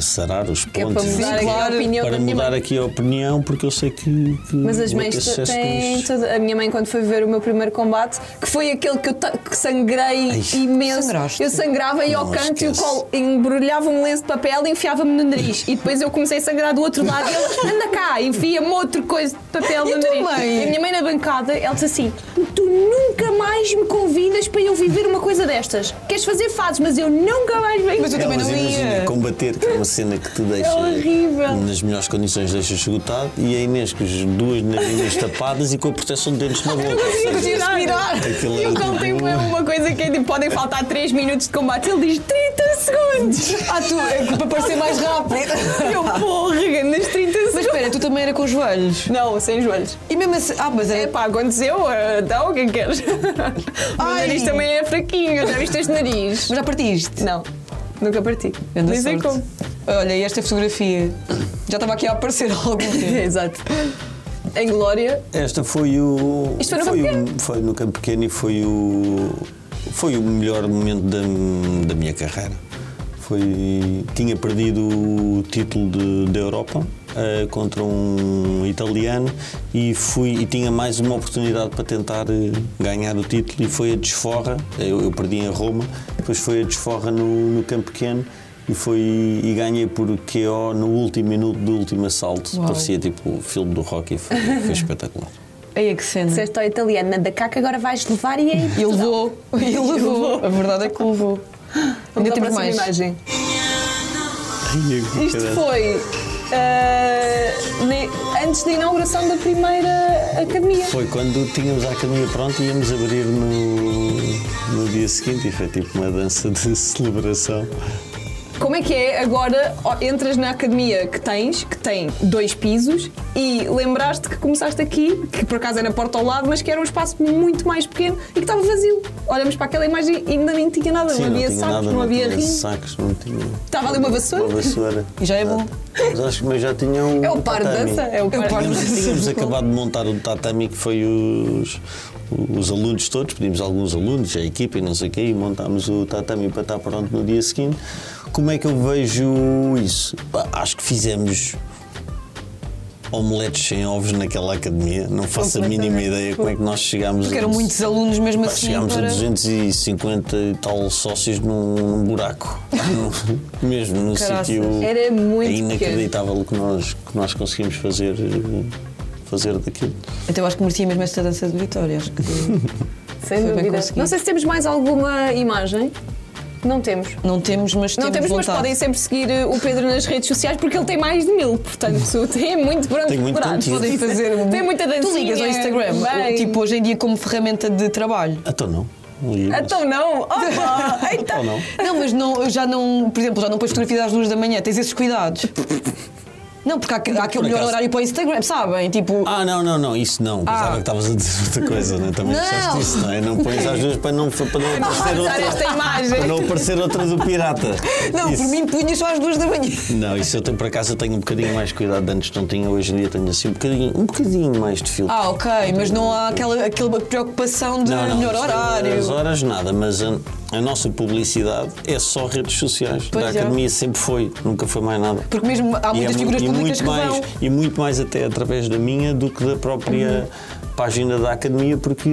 Speaker 3: Sarar os
Speaker 1: Que é
Speaker 3: pontos
Speaker 1: para mudar aqui a
Speaker 2: claro.
Speaker 1: opinião
Speaker 3: para
Speaker 1: da minha
Speaker 3: mudar
Speaker 1: mãe.
Speaker 3: aqui a opinião, porque eu sei que. que
Speaker 1: Mas as
Speaker 3: vou
Speaker 1: mães
Speaker 3: ter sucesso
Speaker 1: têm
Speaker 3: nisso.
Speaker 1: toda... A minha mãe, quando foi ver o meu primeiro combate, que foi aquele que eu ta- que sangrei
Speaker 3: Ai.
Speaker 1: imenso.
Speaker 2: Sangraste?
Speaker 1: Eu sangrava e ao
Speaker 3: Não,
Speaker 1: canto e o
Speaker 3: esquece.
Speaker 1: colo embrulhava um lenço de papel e enfiava-me no nariz. E depois eu comecei a sangrar do outro lado e ele, anda cá, enfia-me outro coisa de papel
Speaker 2: E
Speaker 1: no
Speaker 2: a tua
Speaker 1: nariz.
Speaker 2: mãe?
Speaker 1: E a minha mãe na bancada, ela disse assim: Tu nunca mais me convidas para eu viver uma coisa destas. Queres fazer fazes, mas eu nunca mais venho.
Speaker 2: Mas eu também
Speaker 3: Elas
Speaker 2: não
Speaker 3: imaginam
Speaker 2: ia.
Speaker 3: combater, que é uma cena que te deixa
Speaker 1: horrível.
Speaker 3: nas melhores condições, deixa esgotado, e a Inês com as duas narinas tapadas e com a proteção de dentes na boca. ou seja,
Speaker 2: conseguia respirar.
Speaker 3: aquilo
Speaker 1: E
Speaker 3: era
Speaker 1: o cão tem
Speaker 3: tipo-
Speaker 1: uma coisa que é tipo, podem faltar 3 minutos de combate. Ele diz 30 segundos.
Speaker 2: Ah, tu, é que para parecer mais rápido.
Speaker 1: E eu, porra, nas 30 segundos.
Speaker 2: *laughs* Mas espera, tu também era com os joelhos.
Speaker 1: Não, sem joelhos.
Speaker 2: E mesmo assim. Ah, mas é.
Speaker 1: Epá, aconteceu, eh, então o que é que queres? O meu
Speaker 2: Ai.
Speaker 1: nariz também é fraquinho, já viste este nariz?
Speaker 2: Mas já partiste?
Speaker 1: Não, nunca parti.
Speaker 2: Grande
Speaker 1: Nem sei
Speaker 2: sorte.
Speaker 1: como.
Speaker 3: *laughs*
Speaker 2: Olha, e esta fotografia? Já estava aqui a aparecer
Speaker 1: *laughs*
Speaker 2: há algum tempo.
Speaker 1: Exato. Em glória,
Speaker 3: Esta foi o.
Speaker 1: Isto foi no
Speaker 3: foi
Speaker 1: campo
Speaker 3: o- foi no campo pequeno e foi o. Foi o melhor momento da, da minha carreira. Foi, tinha perdido o título de- da Europa eh, contra um italiano e, fui, e tinha mais uma oportunidade para tentar eh, ganhar o título e foi a desforra, eu, eu perdi em Roma, depois foi a desforra no, no campo pequeno e, foi, e ganhei por QO no último minuto do último assalto.
Speaker 2: Uau.
Speaker 3: Parecia tipo o filme do Rocky, foi,
Speaker 1: *laughs*
Speaker 3: foi espetacular.
Speaker 2: Aí é que cena.
Speaker 1: disseste ao italiano, da caca agora vais levar e é aí. *laughs*
Speaker 2: E levou. E levou. A verdade é que levou.
Speaker 1: Vamos
Speaker 2: Ainda
Speaker 1: à
Speaker 2: temos
Speaker 1: próxima
Speaker 2: mais.
Speaker 1: imagem.
Speaker 3: Ai,
Speaker 1: Isto
Speaker 3: caralho.
Speaker 1: foi eh, ne- antes da inauguração da primeira academia.
Speaker 3: Foi quando tínhamos a academia pronta e íamos abrir no, no dia seguinte e foi tipo uma dança de *laughs* celebração.
Speaker 1: Como é que é agora? ó, Entras na academia que tens, que tem dois pisos, e lembraste que começaste aqui, que por acaso era porta ao lado, mas que era um espaço muito mais pequeno e que estava vazio. Olhamos para aquela imagem e ainda nem tinha nada,
Speaker 3: Sim,
Speaker 1: não havia
Speaker 3: tinha
Speaker 1: sacos,
Speaker 3: nada,
Speaker 1: não havia
Speaker 3: tinha
Speaker 1: rim.
Speaker 3: sacos, não tinha.
Speaker 1: Estava ali uma vassoura.
Speaker 3: Uma
Speaker 1: *laughs*
Speaker 3: vassoura.
Speaker 2: E já é bom.
Speaker 3: Exato. Mas acho que mas já tinha um.
Speaker 1: É o par de
Speaker 3: tatami.
Speaker 1: dança? É o par de
Speaker 3: Tínhamos-
Speaker 1: dança.
Speaker 3: Tínhamos acabado de montar o tatami que foi os, os alunos todos, pedimos alguns alunos, a equipa e não sei o quê, e montámos o tatami para estar pronto no dia seguinte. Como é que eu vejo isso? Pá, Acho que fizemos omeletes sem ovos naquela academia, não faço a mínima ideia como é que nós chegámos
Speaker 2: Porque eram
Speaker 3: a
Speaker 2: muitos alunos mesmo
Speaker 3: Pá,
Speaker 2: assim.
Speaker 3: chegámos
Speaker 2: para-
Speaker 3: a 250 e tal sócios num, num buraco. Mesmo num
Speaker 2: Caraças.
Speaker 3: sítio.
Speaker 1: Era muito
Speaker 3: É inacreditável o que nós, que nós conseguimos fazer, eh, fazer daquilo.
Speaker 2: Então eu acho que merecia mesmo esta dança de vitória.
Speaker 1: *laughs*
Speaker 2: Acho que
Speaker 1: Sem
Speaker 2: Foi bem
Speaker 1: dúvida.
Speaker 2: conseguido.
Speaker 1: Não sei se temos mais alguma imagem. Não temos.
Speaker 2: não temos, mas
Speaker 1: Não temos, mas
Speaker 2: vontade.
Speaker 1: podem sempre seguir eh, o Pedro nas redes sociais porque ele tem mais de mil, portanto *laughs* tem muito por onde
Speaker 3: Tem muito
Speaker 1: procurar.
Speaker 3: conteúdo.
Speaker 2: podem fazer
Speaker 1: *laughs*
Speaker 2: um.
Speaker 1: Tem muita dancinha.
Speaker 2: Tu ligas ao Instagram,
Speaker 1: bem.
Speaker 2: tipo hoje em dia, como ferramenta de trabalho.
Speaker 3: Então não. Liga-se.
Speaker 1: Então não! Opa! *laughs* então. Eita!
Speaker 3: Ou não.
Speaker 2: Não, mas não, eu já não, por exemplo, já não pões fotografia às duas da manhã, tens esses cuidados. Não, porque há, que- há aquele
Speaker 3: Por
Speaker 2: melhor
Speaker 3: acaso.
Speaker 2: horário para o Instagram, sabem? Tipo,
Speaker 3: Ah, não, não, não, isso não. Pensava
Speaker 2: Ah.
Speaker 3: que estavas a dizer outra coisa, né? Também
Speaker 2: Não.
Speaker 3: disseste isso, não é? Não pões às duas para não, para não aparecer
Speaker 1: usar esta
Speaker 3: outra.
Speaker 1: imagem.
Speaker 3: Para não aparecer outra do pirata.
Speaker 2: não,
Speaker 3: Isso.
Speaker 2: por mim punhas só às duas da manhã.
Speaker 3: Não, isso eu tenho para casa tenho um bocadinho mais cuidado de antes, não tinha. Hoje em dia tenho assim um bocadinho, um bocadinho mais de filtro.
Speaker 2: Ah, ok, mas não há aquela, aquela preocupação de Ah, melhor
Speaker 3: isto, As
Speaker 2: horário.
Speaker 3: horas nada, mas a, a nossa publicidade é só redes sociais.
Speaker 2: Pois
Speaker 3: da
Speaker 2: é.
Speaker 3: academia sempre foi, nunca foi mais nada.
Speaker 2: Porque mesmo há
Speaker 3: E é
Speaker 2: muitas
Speaker 3: mu-
Speaker 2: figuras
Speaker 3: e
Speaker 2: públicas
Speaker 3: muito
Speaker 2: que
Speaker 3: mais,
Speaker 2: vão.
Speaker 3: E muito mais até através da minha do que da própria
Speaker 2: Uhum.
Speaker 3: página da academia, porque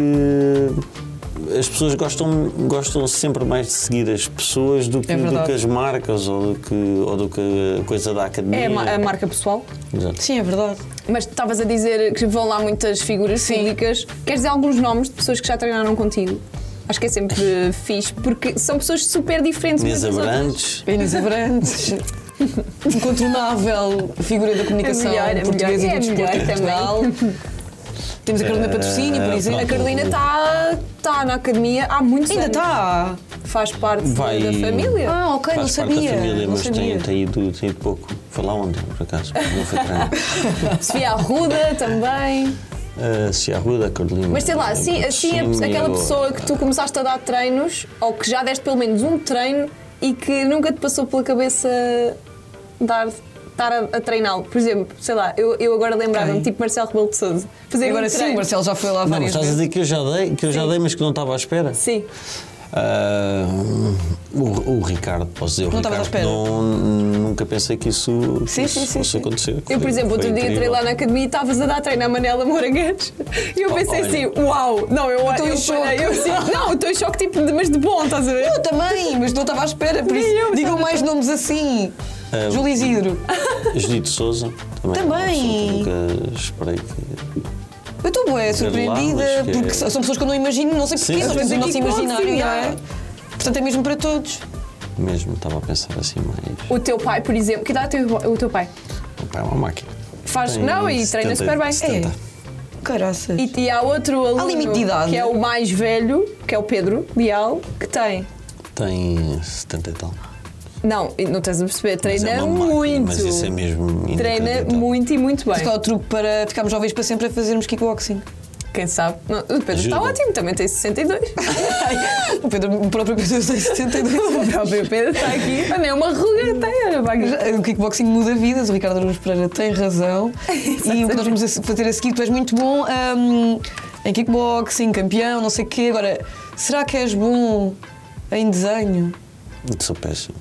Speaker 3: as pessoas gostam, gostam sempre mais de seguir as pessoas do que,
Speaker 2: É
Speaker 3: do
Speaker 2: verdade.
Speaker 3: que as marcas ou do que, ou do que a coisa da academia.
Speaker 1: É a, ma- a marca pessoal.
Speaker 3: Exato.
Speaker 2: Sim, é verdade.
Speaker 1: Mas tu estavas a dizer que vão lá muitas figuras públicas. Queres dizer alguns nomes de pessoas que já treinaram contigo? Acho que é sempre fixe, porque são pessoas super diferentes. umas
Speaker 3: Inês
Speaker 1: das outras.
Speaker 3: Abrantes.
Speaker 2: Inês
Speaker 3: *laughs*
Speaker 2: Abrantes. Incontornável figura da comunicação
Speaker 1: melhor, é melhor.
Speaker 2: portuguesa
Speaker 1: É
Speaker 2: e do desporto
Speaker 1: melhor
Speaker 2: em Portugal. Temos a Carolina Patrocínio, por
Speaker 3: Eh,
Speaker 2: exemplo.
Speaker 1: A Carolina
Speaker 3: *laughs*
Speaker 1: está tá na academia há muitos
Speaker 2: Ainda tá.
Speaker 1: anos.
Speaker 2: está.
Speaker 1: Faz parte
Speaker 3: Vai-
Speaker 1: da família.
Speaker 2: Ah, ok,
Speaker 3: é Faz
Speaker 2: não
Speaker 3: parte
Speaker 2: sabia.
Speaker 3: da família,
Speaker 2: não
Speaker 3: mas tem,
Speaker 2: sabia.
Speaker 3: tem, ido, tem ido pouco. Foi lá ontem, por acaso. Não foi treinar.
Speaker 1: Sofia Arruda também.
Speaker 3: Uh, se a Ruda, Carolina.
Speaker 1: Mas sei lá,
Speaker 3: eh,
Speaker 1: assim, assim a-
Speaker 3: Patrocínio,
Speaker 1: aquela pessoa que tu começaste a dar treinos, ou que já deste pelo menos um treino e que nunca te passou pela cabeça dar, estar a, a treiná-lo. Por exemplo, sei lá, eu, eu agora lembrava-me,
Speaker 2: Quem?
Speaker 1: tipo Marcelo Rebelo de Sousa. Fazer
Speaker 2: Agora
Speaker 1: um
Speaker 2: sim,
Speaker 1: treino.
Speaker 2: o Marcelo já foi lá
Speaker 3: Não, mas
Speaker 2: várias
Speaker 3: estás a
Speaker 2: vezes.
Speaker 3: dizer que eu já dei, que eu já dei, mas que não estava à espera?
Speaker 1: Sim.
Speaker 3: Ah, o, o Ricardo, posso dizer, o
Speaker 2: Não estavas à espera?
Speaker 3: Ricardo, não, nunca pensei que isso, que
Speaker 2: Sim,
Speaker 3: isso
Speaker 2: sim, sim,
Speaker 3: fosse
Speaker 2: sim.
Speaker 3: acontecer.
Speaker 1: Eu, por
Speaker 3: Foi-
Speaker 1: exemplo, outro
Speaker 3: foi
Speaker 1: dia entrei
Speaker 3: incrível.
Speaker 1: lá na academia e estavas a dar treino à Manela Morangues. E eu pensei
Speaker 3: olha.
Speaker 1: assim, uau! Não, eu
Speaker 2: estou em
Speaker 1: eu
Speaker 2: choque.
Speaker 1: parei, eu assim, Não, eu estou em choque, tipo, de- mas de bom, estás a
Speaker 2: *laughs*
Speaker 1: ver?
Speaker 2: Eu também, mas não estava à espera, por
Speaker 1: Nem
Speaker 2: isso
Speaker 1: eu
Speaker 2: digam
Speaker 1: estava-
Speaker 2: mais nomes assim.
Speaker 3: Ah,
Speaker 2: Júlio Isidro.
Speaker 3: Judito Souza também. é
Speaker 2: Também.
Speaker 3: uma pessoa que Nunca esperei que.
Speaker 2: Eu estou bem
Speaker 3: Lá,
Speaker 2: surpreendida,
Speaker 3: mas que-
Speaker 2: porque são pessoas que eu não imagino, não sei
Speaker 3: Sim,
Speaker 2: porquê,
Speaker 3: sim,
Speaker 2: mas temos o
Speaker 1: sim.
Speaker 2: nosso
Speaker 1: Sim,
Speaker 2: imaginário,
Speaker 1: sim,
Speaker 2: não é?
Speaker 1: sim.
Speaker 2: Portanto, é mesmo para todos.
Speaker 3: Mesmo estava a pensar assim, mais.
Speaker 1: O teu pai, por exemplo, que idade tem o o teu pai?
Speaker 3: O pai é uma máquina.
Speaker 1: Faz,
Speaker 3: Tem
Speaker 1: não, e treina
Speaker 3: 70,
Speaker 1: super bem.
Speaker 2: É.
Speaker 3: 70.
Speaker 2: Caraças.
Speaker 1: E, e há outro aluno
Speaker 2: limite de idade.
Speaker 1: que é o mais velho, que é o Pedro Leal, que tem.
Speaker 3: Tem 70 e tal.
Speaker 1: Não, e não estás a perceber,
Speaker 3: Mas
Speaker 1: treina
Speaker 3: é uma máquina,
Speaker 1: muito.
Speaker 3: Mas isso é mesmo.
Speaker 1: Treina
Speaker 3: inacreditável.
Speaker 1: muito e muito bem.
Speaker 2: Qual é o truque para ficarmos jovens para sempre a fazermos kickboxing?
Speaker 1: Quem sabe? Não, o Pedro
Speaker 3: Ajuda.
Speaker 1: está ótimo, também tem
Speaker 2: *laughs*
Speaker 1: 62.
Speaker 2: o, Pedro, o próprio Pedro tem
Speaker 1: *laughs*
Speaker 2: 62
Speaker 1: o próprio Pedro está aqui. Ah, nem uma ruga tem, olha, vagas.
Speaker 2: Já- O kickboxing muda vidas, o Ricardo Araújo Pereira tem
Speaker 1: *laughs*
Speaker 2: razão. e o que nós vamos a se- fazer a seguir, tu és muito bom hum, em kickboxing, campeão, não sei o quê. Agora, será que és bom em desenho?
Speaker 3: Sou péssimo.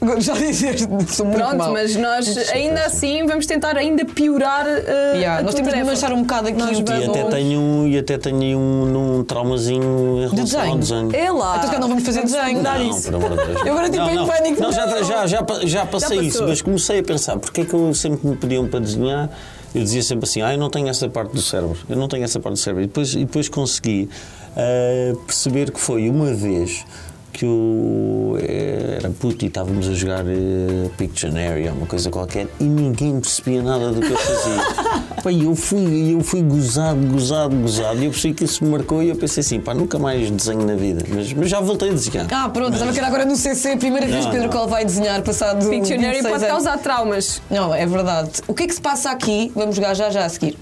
Speaker 2: Agora já *laughs* disseste, sou muito
Speaker 1: Pronto,
Speaker 2: mau.
Speaker 1: mas nós ainda assim vamos tentar ainda piorar uh,
Speaker 2: Yeah,
Speaker 1: a
Speaker 2: Nós
Speaker 1: tua
Speaker 2: temos de
Speaker 1: tarefa.
Speaker 2: manchar um bocado aqui
Speaker 1: Nós
Speaker 2: o
Speaker 1: vamos.
Speaker 3: E até
Speaker 2: Pedro.
Speaker 3: tenho, um- e até tenho um, um traumazinho em relação ao
Speaker 2: desenho.
Speaker 3: desenho.
Speaker 1: É lá.
Speaker 2: Então, se calhar, não vamos fazer desenho. Ah,
Speaker 1: mudar
Speaker 3: não,
Speaker 1: isso.
Speaker 3: pelo amor de Deus.
Speaker 2: Eu agora, tipo,
Speaker 3: não,
Speaker 2: em
Speaker 3: não.
Speaker 2: pânico,
Speaker 3: Não, já,
Speaker 2: não.
Speaker 3: já, já, pa- já passei
Speaker 1: Já
Speaker 3: isso,
Speaker 1: passou.
Speaker 3: mas comecei a pensar, porque é que eu sempre me pediam para desenhar, eu dizia sempre assim, ah, eu não tenho essa parte do cérebro, eu não tenho essa parte do cérebro. E depois, e depois consegui ah, perceber que foi uma vez que eu eh, era puto e estávamos a jogar eh, Pictionary ou uma coisa qualquer e ninguém percebia nada do que eu fazia. Pá, e eu fui, eu fui gozado, gozado, gozado e eu percebi que isso me marcou e eu pensei assim, pá, nunca mais desenho na vida, mas, mas já voltei a desenhar.
Speaker 2: Ah, pronto, estava que era agora no CC, a primeira vez que
Speaker 3: Não,
Speaker 2: Pedro
Speaker 3: não.
Speaker 2: Coll vai desenhar, passado.
Speaker 1: Pictionary
Speaker 2: 26
Speaker 1: pode
Speaker 2: um anos.
Speaker 1: causar traumas.
Speaker 2: Não, é verdade. O que é que se passa aqui? Vamos jogar já já a seguir.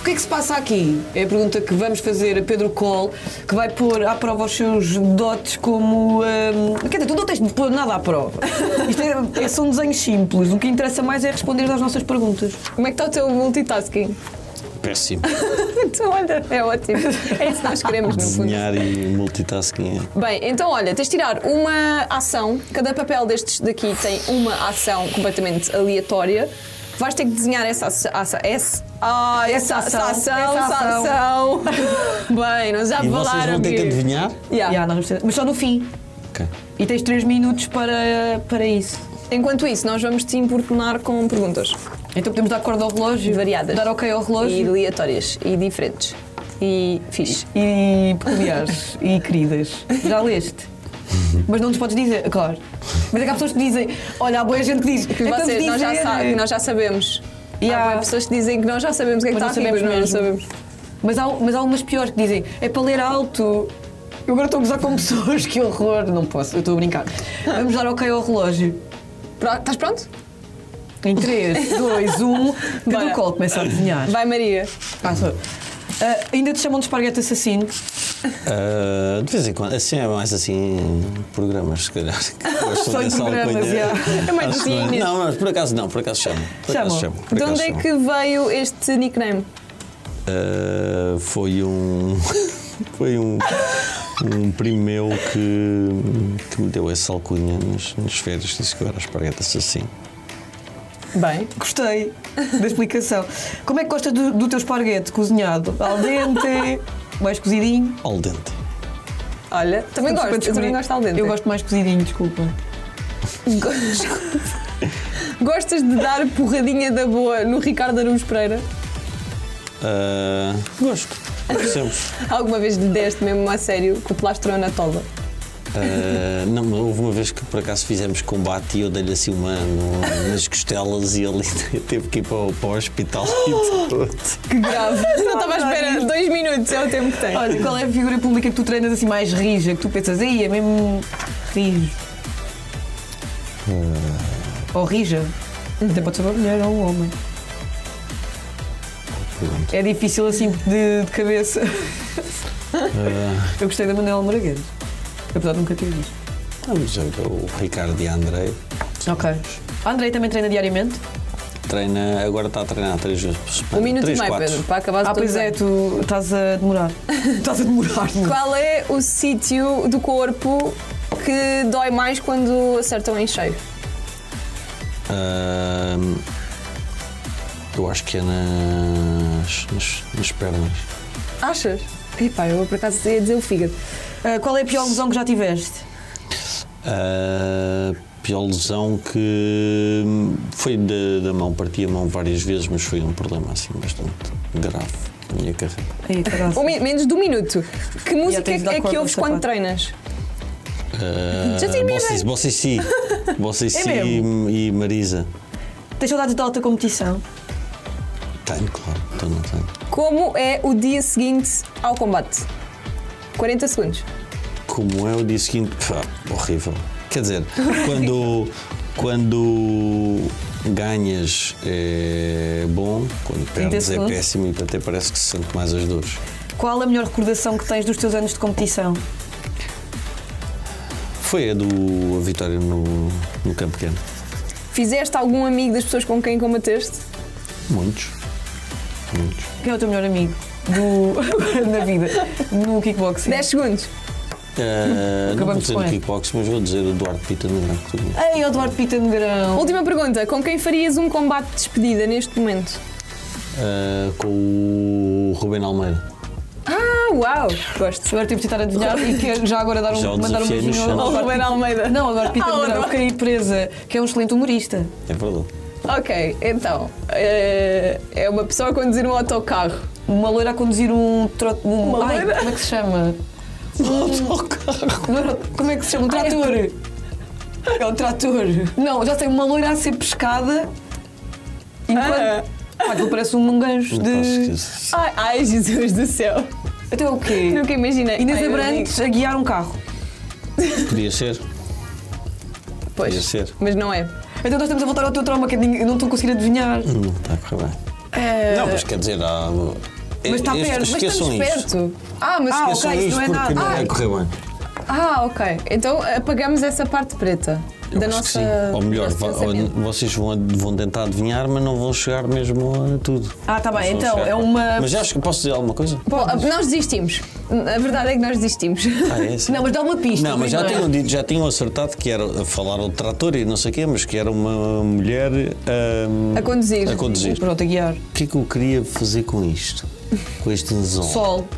Speaker 2: O que é que se passa aqui? É a pergunta que vamos fazer a Pedro Coll, que vai pôr à prova os seus dotes como. hum, quer dizer, tu não tens de pôr nada à prova. Isto é, é- são desenhos simples. O que interessa mais é responder às nossas perguntas.
Speaker 1: Como é que está o teu multitasking? *laughs*
Speaker 3: Péssimo.
Speaker 1: Então, olha, é ótimo. É isso que nós queremos, no fundo.
Speaker 3: Desenhar e multitasking é.
Speaker 1: Bem, então olha, tens de tirar uma ação. Cada papel destes daqui tem uma ação completamente aleatória. Vais ter que desenhar essa ação. Essa, essa, ah, essa,
Speaker 2: Essa
Speaker 1: essa
Speaker 2: ação,
Speaker 1: ação,
Speaker 2: essa
Speaker 1: essa ação.
Speaker 2: *laughs*
Speaker 1: Bem, nós já
Speaker 3: E vocês
Speaker 1: falaram
Speaker 3: vão ter que
Speaker 1: aqui.
Speaker 3: adivinhar?
Speaker 1: Yeah.
Speaker 2: Já, nós vamos ter- mas só no fim.
Speaker 3: Ok.
Speaker 2: E tens 3 minutos para, para isso.
Speaker 1: Enquanto isso, nós vamos te importunar com perguntas
Speaker 2: Então podemos dar corda ao relógio.
Speaker 1: variadas.
Speaker 2: Dar ok ao
Speaker 1: E
Speaker 2: relógio.
Speaker 1: aleatórias. E diferentes. E fixe.
Speaker 2: E, *laughs* peculiares. e queridas. Já leste? Mas não nos podes dizer, claro. Mas é que há pessoas que dizem, olha, há boa gente que diz.
Speaker 1: Que
Speaker 2: é para
Speaker 1: vocês-
Speaker 2: dizer.
Speaker 1: nós, já sa- nós já sabemos.
Speaker 2: Yeah.
Speaker 1: Há bué pessoas que dizem que nós já sabemos o que é que
Speaker 2: Mas
Speaker 1: está
Speaker 2: não
Speaker 1: aqui, mas nós
Speaker 2: sabemos
Speaker 1: não
Speaker 2: mesmo.
Speaker 1: sabemos.
Speaker 2: Mas há, mas há umas piores que dizem, é para ler alto. Eu agora estou a gozar com pessoas, que horror. Não posso, eu estou a brincar. Vamos dar ok ao relógio.
Speaker 1: Pro- Estás pronto? *laughs*
Speaker 2: Em um, 3, 2, 1, cada
Speaker 1: Bora.
Speaker 2: qual começa a desenhar.
Speaker 1: Vai, Maria.
Speaker 2: Ah, sou eu. Ah, ainda te chamam de esparguete assassino.
Speaker 3: Ah, de vez em quando, assim é mais assim, programas, se
Speaker 1: *laughs*
Speaker 3: calhar. que gostam
Speaker 2: Só em
Speaker 3: dessa
Speaker 2: programas,
Speaker 3: alcunha.
Speaker 2: já.
Speaker 1: É mais
Speaker 3: Acho que não é.
Speaker 1: genius.
Speaker 3: Não, não, por acaso não, por acaso chamo. Por
Speaker 2: Chamam.
Speaker 3: acaso chamo. por
Speaker 1: De
Speaker 3: acaso
Speaker 1: onde é
Speaker 3: chamo.
Speaker 1: que veio este nickname?
Speaker 3: Uh, foi um. *laughs* foi um. Um primo meu que, que me deu essa alcunha nas, nas férias, disse que eu era assim, esparguete assassino.
Speaker 1: Bem.
Speaker 2: Gostei da explicação. Como é que gostas do, do teu esparguete cozinhado? Al dente? Mais cozidinho?
Speaker 3: Al dente.
Speaker 1: Olha, também
Speaker 2: Desculpa,
Speaker 1: gosto, eu
Speaker 2: descobri.
Speaker 1: também gosto al dente.
Speaker 2: Eu gosto mais cozidinho, desculpa.
Speaker 1: *laughs* Gostas de dar porradinha da boa no Ricardo Arumes Pereira?
Speaker 3: Uh, gosto. Sempre.
Speaker 1: Alguma vez lhe deste mesmo a sério com o plastrão na tola?
Speaker 3: Uh, não, houve uma vez que por acaso fizemos combate e eu dei-lhe assim uma no- nas costelas e ele *laughs* teve que ir para, o- para o hospital e tudo.
Speaker 1: Que
Speaker 2: *laughs*
Speaker 1: grave! Não estava à espera,
Speaker 2: Adoro.
Speaker 1: dois minutos é o tempo que tem.
Speaker 2: Olha, qual é a figura pública que tu treinas assim mais rija? Que tu pensas, aí é mesmo rijo? Ou rija?
Speaker 1: Uhum.
Speaker 2: Até pode ser uma mulher ou um homem.
Speaker 3: Pronto.
Speaker 2: É difícil assim de, de cabeça. *laughs*
Speaker 1: Ah.
Speaker 3: Uh,
Speaker 2: Eu gostei da Manuela Moragueira. Apesar de nunca ter visto.
Speaker 3: vamos ver, Então, o Ricardo e a Andrei
Speaker 2: Ok. A Andrei também treina diariamente?
Speaker 3: treina, agora está a treinar três vezes por semana.
Speaker 1: Um minuto
Speaker 3: três,
Speaker 1: e meio,
Speaker 3: quatro.
Speaker 1: Pedro, para acabar
Speaker 2: Ah, pois é, tu estás a
Speaker 1: *laughs*
Speaker 2: demorar. estás a demorar. muito.
Speaker 1: Qual é o sítio do corpo que dói mais quando acertam em cheio?
Speaker 3: Ahm, Ah, eu acho que é nas, nas, nas pernas.
Speaker 1: Achas? Epá, eu por acaso ia dizer o fígado.
Speaker 2: Ah, qual é a pior lesão que já tiveste?
Speaker 3: Ah, pior lesão que hum, foi da, da mão, parti a mão várias vezes, mas foi um problema assim bastante grave na minha carreira.
Speaker 2: Aí, caralho.
Speaker 1: Um min- menos de um minuto. Que música
Speaker 2: tens de
Speaker 1: é
Speaker 2: dar
Speaker 1: que
Speaker 2: corda
Speaker 1: ouves
Speaker 2: no
Speaker 1: quando
Speaker 2: sapato.
Speaker 1: treinas?
Speaker 3: Ah,
Speaker 1: Justin Bieber.
Speaker 3: Vocês-
Speaker 2: *laughs*
Speaker 3: Vocês sim, vocês
Speaker 2: É
Speaker 3: sim
Speaker 2: mesmo?
Speaker 3: e, e Marisa.
Speaker 2: Tens saudades da alta competição?
Speaker 3: Tenho, claro, então não tenho.
Speaker 1: Como é o dia seguinte ao combate? 40 segundos.
Speaker 3: Como é o dia seguinte? Pá, horrível. Quer dizer,
Speaker 2: *laughs*
Speaker 3: quando, quando ganhas é bom, quando perdes é
Speaker 2: segundos.
Speaker 3: péssimo e até parece que se sente mais as dores.
Speaker 2: Qual a melhor recordação que tens dos teus anos de competição?
Speaker 3: Foi a do a vitória no, no campo pequeno.
Speaker 1: Fizeste algum amigo das pessoas com quem combateste?
Speaker 3: Muitos. Muitos.
Speaker 2: Quem é o teu melhor amigo? Do... *laughs* na vida? No kickboxing?
Speaker 1: 10 segundos.
Speaker 3: Ah, não vou
Speaker 2: Hum, Acabamos
Speaker 3: dizer
Speaker 2: com
Speaker 3: o
Speaker 2: ele.
Speaker 3: kickbox, mas vou dizer o Duarte Pita no branco. tudo bem.
Speaker 2: Ei, Eduardo Pita Negrão!
Speaker 1: Última pergunta. Com quem farias um combate de despedida neste momento?
Speaker 3: Ah, com o Rubén Almeida.
Speaker 1: Ah, uau! Gosto.
Speaker 2: Agora tive de tentar adivinhar e quero já agora dar um,
Speaker 3: Já o
Speaker 2: mandar um
Speaker 3: desafiei no
Speaker 2: beijinho ao
Speaker 3: chão.
Speaker 1: Ao
Speaker 2: Eduardo
Speaker 1: Ruben
Speaker 2: Pita-
Speaker 1: Almeida.
Speaker 2: Não, Eduardo Pita
Speaker 1: Ao
Speaker 2: Negrão,
Speaker 1: Eduardo.
Speaker 2: fiquei presa, que é um excelente humorista.
Speaker 3: É verdade.
Speaker 1: Ok, então. eh, É uma pessoa a conduzir um autocarro.
Speaker 2: Uma loira a conduzir um... Tro... um...
Speaker 1: Uma
Speaker 2: Ai,
Speaker 1: loira? Um
Speaker 2: como é que se
Speaker 1: *laughs*
Speaker 2: chama? Um Como é que se chama? Um trator.
Speaker 1: *laughs*
Speaker 2: É um trator. Não, já tem uma loira a ser pescada enquanto. Ah, aquilo parece um gancho
Speaker 3: Não posso
Speaker 2: de.
Speaker 3: esquecer.
Speaker 1: Ai, ai, Jesus do céu.
Speaker 2: Até o quê?
Speaker 1: Nunca imaginei.
Speaker 2: Inês
Speaker 1: Ai, eu
Speaker 2: Abrantes a guiar um carro.
Speaker 3: Ah, Podia ser.
Speaker 1: digo,
Speaker 3: Podia
Speaker 1: Pois,
Speaker 3: ser.
Speaker 1: mas não é.
Speaker 2: Então nós estamos a voltar ao teu trauma que eu nem- eu não estou a conseguir adivinhar.
Speaker 3: Não está Hum, tá a correr bem.
Speaker 1: Eh,
Speaker 2: É,
Speaker 3: Não, mas quer dizer, há.
Speaker 2: Mas está
Speaker 3: Este-
Speaker 2: perto, mas
Speaker 3: Esqueçam
Speaker 1: Estamos
Speaker 3: isto.
Speaker 1: perto. Ah, mas.
Speaker 2: Ah,
Speaker 3: Esqueçam
Speaker 2: ok, isso
Speaker 3: isto
Speaker 2: não é nada.
Speaker 3: porque não vai
Speaker 2: Ai.
Speaker 3: correr bem.
Speaker 1: Ah, ok. Então apagamos essa parte preta
Speaker 3: Eu
Speaker 1: da
Speaker 3: acho que
Speaker 1: nossa.
Speaker 3: sim. Ou melhor,
Speaker 1: do nosso
Speaker 3: va-
Speaker 1: pensamento.
Speaker 3: vocês vão, ad- vão tentar adivinhar, mas não vão chegar mesmo a tudo.
Speaker 2: Ah, tá bem,
Speaker 3: Não vão
Speaker 2: então,
Speaker 3: chegar.
Speaker 2: é uma-
Speaker 3: um Mas acho que posso dizer alguma coisa?
Speaker 1: Bom, nós desistimos. A verdade é que nós desistimos.
Speaker 3: Ah, é sim.
Speaker 2: Não, mas dá uma pista.
Speaker 3: Não, mas já
Speaker 2: primeiro.
Speaker 3: tinham, dito, já tinham acertado que era a falar o trator e não sei o quê, mas que era uma mulher ahm,
Speaker 1: *laughs* A conduzir.
Speaker 3: a conduzir.
Speaker 2: Pronto, a guiar.
Speaker 3: O que é que eu queria fazer com isto?
Speaker 2: *laughs*
Speaker 3: Com este anzol?
Speaker 2: Sol.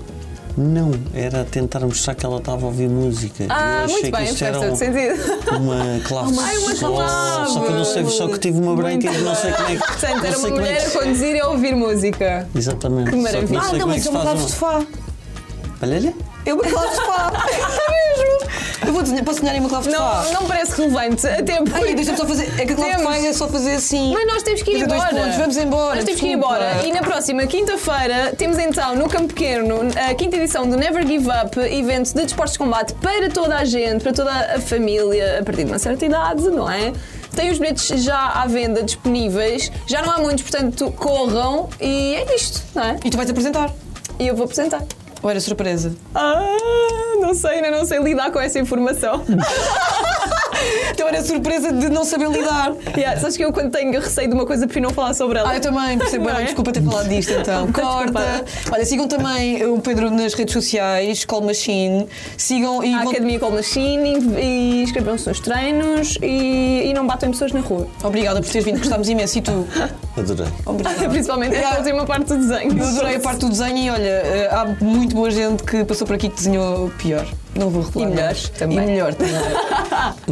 Speaker 3: Não, era tentar mostrar que ela estava a ouvir música.
Speaker 1: Ah,
Speaker 3: eu achei
Speaker 1: muito
Speaker 3: que
Speaker 1: bem,
Speaker 3: isto
Speaker 1: faz
Speaker 3: era
Speaker 1: todo
Speaker 3: um- *laughs*
Speaker 1: sentido.
Speaker 3: uma clave
Speaker 1: Ai, uma
Speaker 3: só,
Speaker 1: clave.
Speaker 3: só que eu não sei, só que tive uma branca e não sei como é que.
Speaker 1: Portanto,
Speaker 3: não
Speaker 1: era uma
Speaker 3: sei como é que
Speaker 1: mulher a
Speaker 3: se-
Speaker 1: conduzir e a ouvir música.
Speaker 3: Exatamente. só que
Speaker 1: maravilha.
Speaker 3: não
Speaker 2: Ah,
Speaker 3: sei
Speaker 2: não,
Speaker 3: como
Speaker 2: mas
Speaker 3: é que
Speaker 2: isso é
Speaker 3: se
Speaker 2: uma
Speaker 3: faz
Speaker 2: clave
Speaker 3: uma-
Speaker 2: de sofá.
Speaker 1: *laughs*
Speaker 3: Olha, olha.
Speaker 2: É uma clave de sofá. É mesmo. Eu vou desenhar, posso desenhar aí uma clave de
Speaker 1: Não,
Speaker 2: fá?
Speaker 1: não me parece relevante. Até
Speaker 2: Ai,
Speaker 1: porque...
Speaker 2: deixa-me só fazer. É que a clave de
Speaker 1: Temos.
Speaker 2: fá é só fazer assim.
Speaker 1: Mas nós temos que ir
Speaker 2: Tira dois
Speaker 1: embora.
Speaker 2: pontos, vamos embora,
Speaker 1: Nós temos que ir
Speaker 2: desculpa.
Speaker 1: embora. E na próxima quinta-feira temos então no Campo Pequeno a quinta edição do Never Give Up, evento de desportos de combate para toda a gente, para toda a família, a partir de uma certa idade, não é? Tem os bilhetes já à venda disponíveis, já não há muitos, portanto corram e é isto, não é?
Speaker 2: E tu vais apresentar.
Speaker 1: E eu vou apresentar.
Speaker 2: Ou era surpresa?
Speaker 1: Ah, não sei, ainda não sei lidar com essa informação. *laughs*
Speaker 2: Então era surpresa de não saber lidar.
Speaker 1: yeah, sabes que eu quando tenho receio de uma coisa prefiro não falar sobre ela.
Speaker 2: Ah,
Speaker 1: *laughs*
Speaker 2: eu também, percebo
Speaker 1: Não
Speaker 2: bem,
Speaker 1: é?
Speaker 2: desculpa ter falado
Speaker 1: *laughs*
Speaker 2: disto então. Corta. Olha, sigam também o Pedro nas redes sociais, Call Machine. Sigam e
Speaker 1: à
Speaker 2: vão-
Speaker 1: Academia Call Machine e, e inscrevam-se nos treinos e, e não batem pessoas na rua.
Speaker 2: Obrigada por teres vindo, gostámos imenso.
Speaker 1: *laughs*
Speaker 2: E tu?
Speaker 1: Ah,
Speaker 3: Adorei.
Speaker 2: Obrigada.
Speaker 1: Principalmente esta
Speaker 2: Yeah.
Speaker 1: última parte do desenho.
Speaker 2: É Eu adorei a parte do desenho e olha, eh, há muito boa gente que passou por aqui que desenhou pior. Não vou
Speaker 1: E
Speaker 2: revelar.
Speaker 1: melhor
Speaker 2: nomes.
Speaker 1: também.
Speaker 2: E
Speaker 1: *laughs*
Speaker 2: melhor também.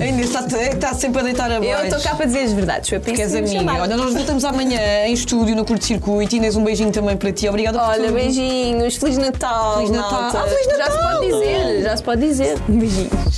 Speaker 2: Ainda está, está sempre a deitar abaixo.
Speaker 1: Eu estou cá para dizer as verdades, foi
Speaker 2: Que és
Speaker 1: apenas
Speaker 2: amiga. Olha, nós voltamos amanhã em estúdio no curto circuito. Inês, um beijinho também para ti. Obrigada por
Speaker 1: Olha,
Speaker 2: tudo.
Speaker 1: beijinhos, Feliz Natal,
Speaker 2: Feliz Natal.
Speaker 1: malta.
Speaker 2: Ah, Feliz
Speaker 1: Já se pode dizer, Um já se pode dizer. Beijinhos.